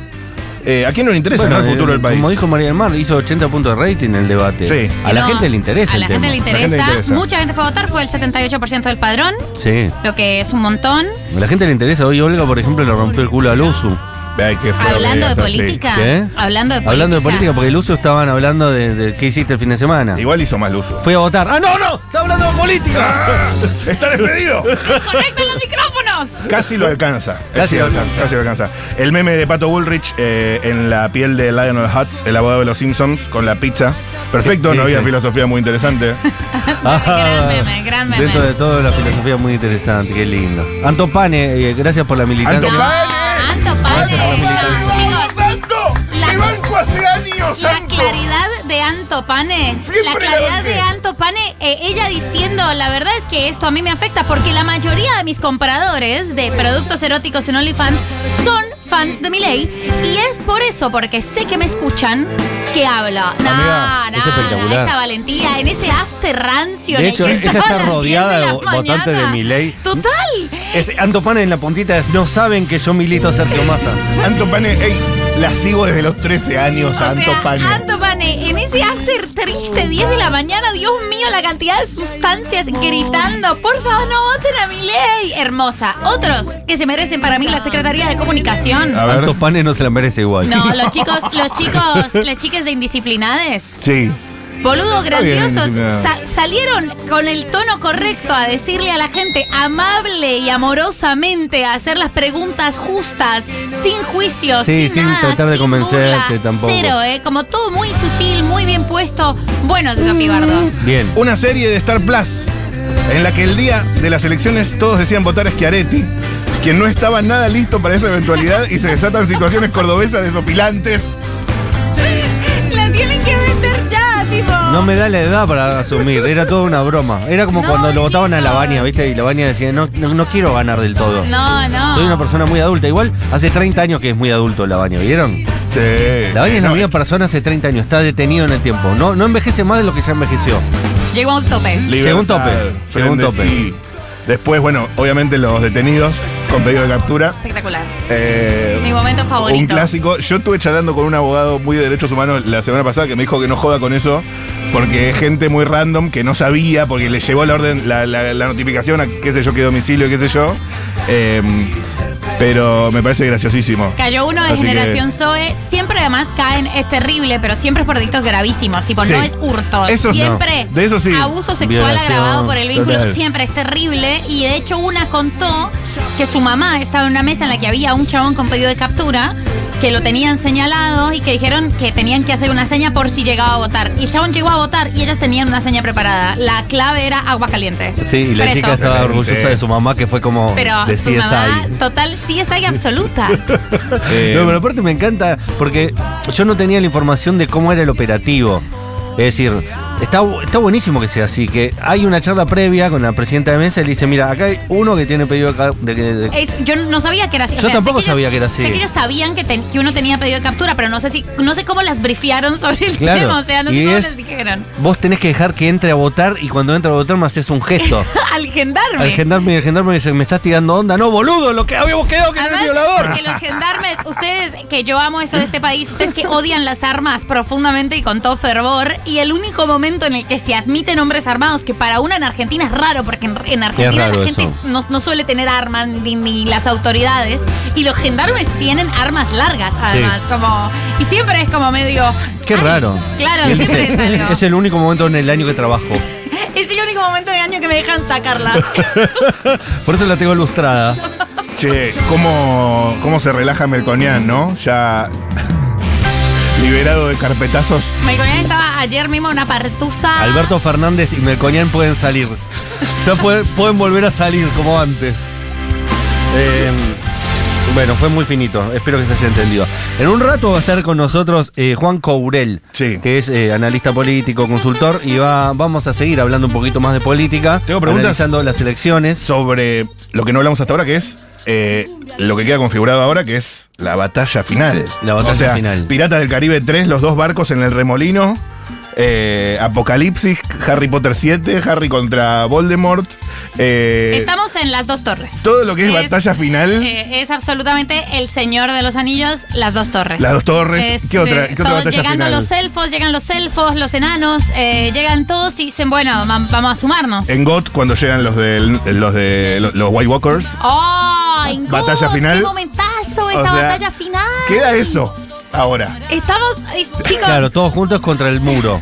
S4: eh, ¿A quién no le interesa
S3: Bueno, eh,
S4: ¿no? el futuro del país?
S3: Como dijo María del Mar, hizo 80 puntos de rating el debate.
S4: Sí.
S3: A la
S1: No,
S3: gente le interesa
S1: A
S3: el
S1: la
S3: tema.
S1: gente le interesa.
S4: gente le interesa.
S1: Mucha gente fue a votar, fue el 78% del padrón,
S3: Sí.
S1: lo que es un montón.
S3: A la gente le interesa. Hoy Olga, por ejemplo, le rompió el culo al Luzu.
S4: Ay, qué feo,
S1: Hablando de
S4: digas así.
S1: política.
S3: ¿Qué?
S1: Hablando de política.
S3: Hablando de política, porque el Luzu estaban hablando de, de qué hiciste el fin de semana.
S4: Igual hizo mal uso.
S3: Fui a votar. ¡Ah, no, no! ¡Está hablando de política!
S4: <laughs> ¡Está despedido!
S1: ¡Desconecten los micrófonos!
S4: Casi lo alcanza.
S3: Casi
S4: Sí,
S3: lo
S4: alcanza,
S3: alcanza.
S4: casi lo alcanza. El meme de Pato Bullrich eh, en la piel de Lionel Hutz, el abogado de los Simpsons, con la pizza. Perfecto, no había
S3: Dice.
S4: filosofía muy
S1: <laughs>
S4: interesante.
S1: gran <laughs> meme, gran meme.
S3: Dentro de todo, la filosofía es muy interesante. Qué lindo. Anto Pane, eh, gracias por la militancia.
S4: Anto Pane.
S1: Ah, Anto Pane. No, chicos,
S4: ¡Santo!
S1: La- ¡Te banco
S4: hace años,
S1: La claridad de Anto Pane, la
S4: Siempre la
S1: claridad
S4: banqué.
S1: de Anto Pane, eh, ella diciendo, la verdad es que esto a mí me afecta porque la mayoría de mis compradores de productos eróticos en OnlyFans son fans de Miley y es por eso, porque sé que me escuchan, que habla.
S3: Amiga,
S1: Nah,
S3: es espectacular.
S1: esa valentía, en ese after rancio. en
S3: De
S1: el
S3: hecho,
S1: que
S3: ella
S1: son
S3: está
S1: las 10
S3: rodeada de
S1: la
S3: vo- votantes
S1: mañana.
S3: de Milei.
S1: Total.
S3: Es Anto Pane en la puntita. No saben que yo milito a Sergio Massa.
S4: Anto Pane, ey, la sigo desde los 13 años,
S1: O
S4: a Anto
S1: sea,
S4: Pane.
S1: Anto Pane, en ese after triste 10 de la mañana, Dios mío, la cantidad de sustancias gritando, por favor, no voten a mi ley. Hermosa. Otros que se merecen para mí la Secretaría de Comunicación.
S4: A ver.
S3: Anto Pane no se la merece igual.
S1: No, los chicos, los chicos, las chicas de indisciplinades.
S4: Sí.
S1: Boludo,
S4: Está bien,
S1: grandiosos.
S4: indisciplinada.
S1: sa- salieron con el tono correcto a decirle a la gente amable y amorosamente, a hacer las preguntas justas, sin juicios,
S3: Sí,
S1: sin,
S3: sin
S1: nada,
S3: tratar de
S1: sin
S3: convencerte
S1: burla,
S3: tampoco.
S1: Cero, ¿eh? Como todo muy sutil, muy bien puesto. Bueno, Sofi Bardos.
S3: Bien.
S4: Una serie de Star Plus en la que el día de las elecciones todos decían votar a Schiaretti, quien no estaba nada listo para esa eventualidad y se desatan situaciones cordobesas desopilantes.
S1: <laughs> La tienen que vender ya, tipo.
S3: No me da la edad para asumir, era toda una broma. Era como
S1: No,
S3: cuando lo votaban a
S1: chicos.
S3: Lavania, ¿viste? Y Lavania decía, no, no, no quiero ganar del todo.
S1: No, no.
S3: Soy una persona muy adulta. Igual hace 30 años que es muy adulto Lavania, ¿vieron?
S4: Sí.
S3: Lavania es la
S4: No,
S3: misma persona hace 30 años, está detenido en el tiempo. No, no envejece más de lo que ya envejeció.
S1: Llegó a un tope.
S4: libertad,
S3: Llegó un tope, llegó un
S4: frente,
S3: tope.
S4: sí. Después, bueno, obviamente los detenidos con pedido de captura.
S1: Espectacular.
S4: Eh,
S1: Mi momento favorito.
S4: Un clásico. Yo estuve charlando con un abogado muy de derechos humanos la semana pasada que me dijo que no joda con eso, porque es gente muy random que no sabía, porque le llegó la orden, la, la- la notificación a qué sé yo, qué domicilio, qué sé yo. Eh, Pero me parece graciosísimo.
S1: Cayó uno de
S4: Así que-
S1: Generación Zoe. Siempre además caen, es terrible, pero siempre es por delitos gravísimos. Tipo,
S4: Sí.
S1: no es hurto.
S4: Eso sí.
S1: siempre
S4: No. De eso sí.
S1: abuso sexual
S4: Violación,
S1: agravado por el vínculo.
S4: total.
S1: Siempre es terrible. Y de hecho, una contó que su mamá estaba en una mesa en la que había un chabón con pedido de captura que lo tenían señalado y que dijeron que tenían que hacer una seña por si llegaba a votar. Y el chabón llegó a votar y ellas tenían una seña preparada. La clave era agua caliente.
S3: Sí, y la
S1: Preso.
S3: chica estaba
S4: Excelente.
S3: orgullosa de su mamá, que fue como
S1: Pero
S3: de
S1: su
S3: CSI.
S1: mamá, total, sí es ahí absoluta.
S3: <laughs>
S4: Eh,
S3: No, pero aparte me encanta porque yo no tenía la información de cómo era el operativo. Es decir, está, bu- está buenísimo que sea así, que hay una charla previa con la presidenta de mesa y le dice, mira, acá hay uno que tiene pedido acá de, de- de-
S1: Es- yo no sabía que era así. O
S3: Yo
S1: sea, sé
S3: tampoco
S1: ellos-
S3: sabía que era así.
S1: Sé que ellos sabían que, ten- que uno tenía pedido de captura, pero no sé si no sé cómo las brifiaron sobre el
S3: Claro.
S1: tema. O sea, no sé
S3: Y
S1: cómo
S3: es-
S1: les dijeron. <laughs>
S3: Vos tenés que dejar que entre a votar y cuando entra a votar me haces un gesto.
S1: Al gendarme.
S3: Al gendarme y el gendarme dice, me estás tirando onda. No, boludo, lo que habíamos quedado que era el
S1: Además,
S3: violador.
S1: que los gendarmes, ustedes que yo amo eso de este país, ustedes que odian las armas profundamente y con todo fervor, y el único momento en el que se admiten hombres armados, que para una en Argentina es raro, porque en, en Argentina la
S3: raro
S1: gente
S3: eso.
S1: no, no suele tener armas ni, ni las autoridades, y los gendarmes tienen armas largas además, como y siempre es como medio...
S3: Qué
S1: "Ay,
S3: raro.
S1: Claro,
S3: Y
S1: siempre
S3: ese-
S1: es algo.
S3: es el único momento en el año
S1: <laughs>
S3: que trabajo.
S1: Es el único momento del año que me dejan
S3: <laughs>
S1: sacarla.
S3: Por eso la tengo ilustrada.
S4: Che, ¿cómo, cómo se relaja Melconian, ¿no? Ya <laughs> liberado de carpetazos.
S1: Me estaba ayer mismo en una partusa.
S3: Alberto Fernández y Melconian pueden salir. Ya pueden, pueden volver a salir como antes. Eh, bueno, fue muy finito. Espero que se haya entendido. En un rato va a estar con nosotros eh, Juan Courel, que es eh, analista político, consultor, y va, vamos a seguir hablando un poquito más de política.
S4: Tengo preguntas.
S3: analizando las elecciones.
S4: Sobre lo que no hablamos hasta ahora, que es eh, lo que queda configurado ahora, que es la batalla final.
S3: La batalla
S4: O sea,
S3: final.
S4: Piratas del Caribe 3, los dos barcos en el remolino. eh, Apocalipsis, Harry Potter 7, Harry contra Voldemort. eh,
S1: Estamos en las dos torres.
S4: todo lo que es, batalla final.
S1: eh, es absolutamente el señor de los anillos, las dos torres.
S4: Las dos torres. ¿Qué otra-
S1: eh,
S4: qué otra
S1: todo-
S4: batalla
S1: Llegando
S4: final?
S1: los elfos, llegan los elfos, los enanos, eh, llegan todos y dicen, bueno, ma- vamos a sumarnos.
S4: en GOT, cuando llegan los, del- los de los, los White Walkers.
S1: ¡Oh! en God,
S4: Batalla final.
S1: ¡Qué momentazo esa
S4: O sea,
S1: batalla final!
S4: Queda eso ahora.
S1: Estamos, es- chicos,
S3: Claro, todos juntos contra el muro.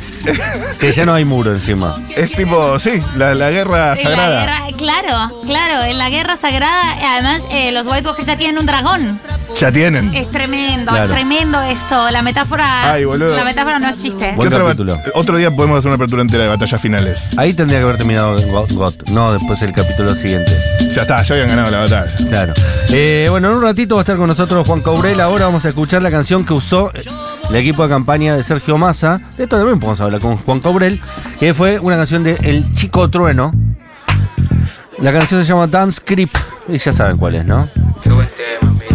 S3: que ya no hay muro encima.
S4: Es tipo, sí, la, la guerra
S1: en la
S4: sagrada.
S1: guerra, claro, claro, en la guerra sagrada, eh, además eh, los White Walkers ya tienen un dragón.
S4: Ya tienen.
S1: Es tremendo,
S4: Claro.
S1: es tremendo esto. La metáfora,
S4: Ay, boludo.
S1: la metáfora no existe.
S4: ¿Qué otra bat- Otro día podemos hacer una apertura entera de batallas finales.
S3: Ahí tendría que haber terminado Got, Got, no después el capítulo siguiente.
S4: Ya está, ya habían ganado la batalla.
S3: Claro. Eh, bueno, en un ratito va a estar con nosotros Juan Caurel. Ahora vamos a escuchar la canción que usó el equipo de campaña de Sergio Massa. De esto también podemos hablar con Juan Caurel, que fue una canción de El Chico Trueno. La canción se llama Dance Creep. Y ya saben cuál es, ¿no?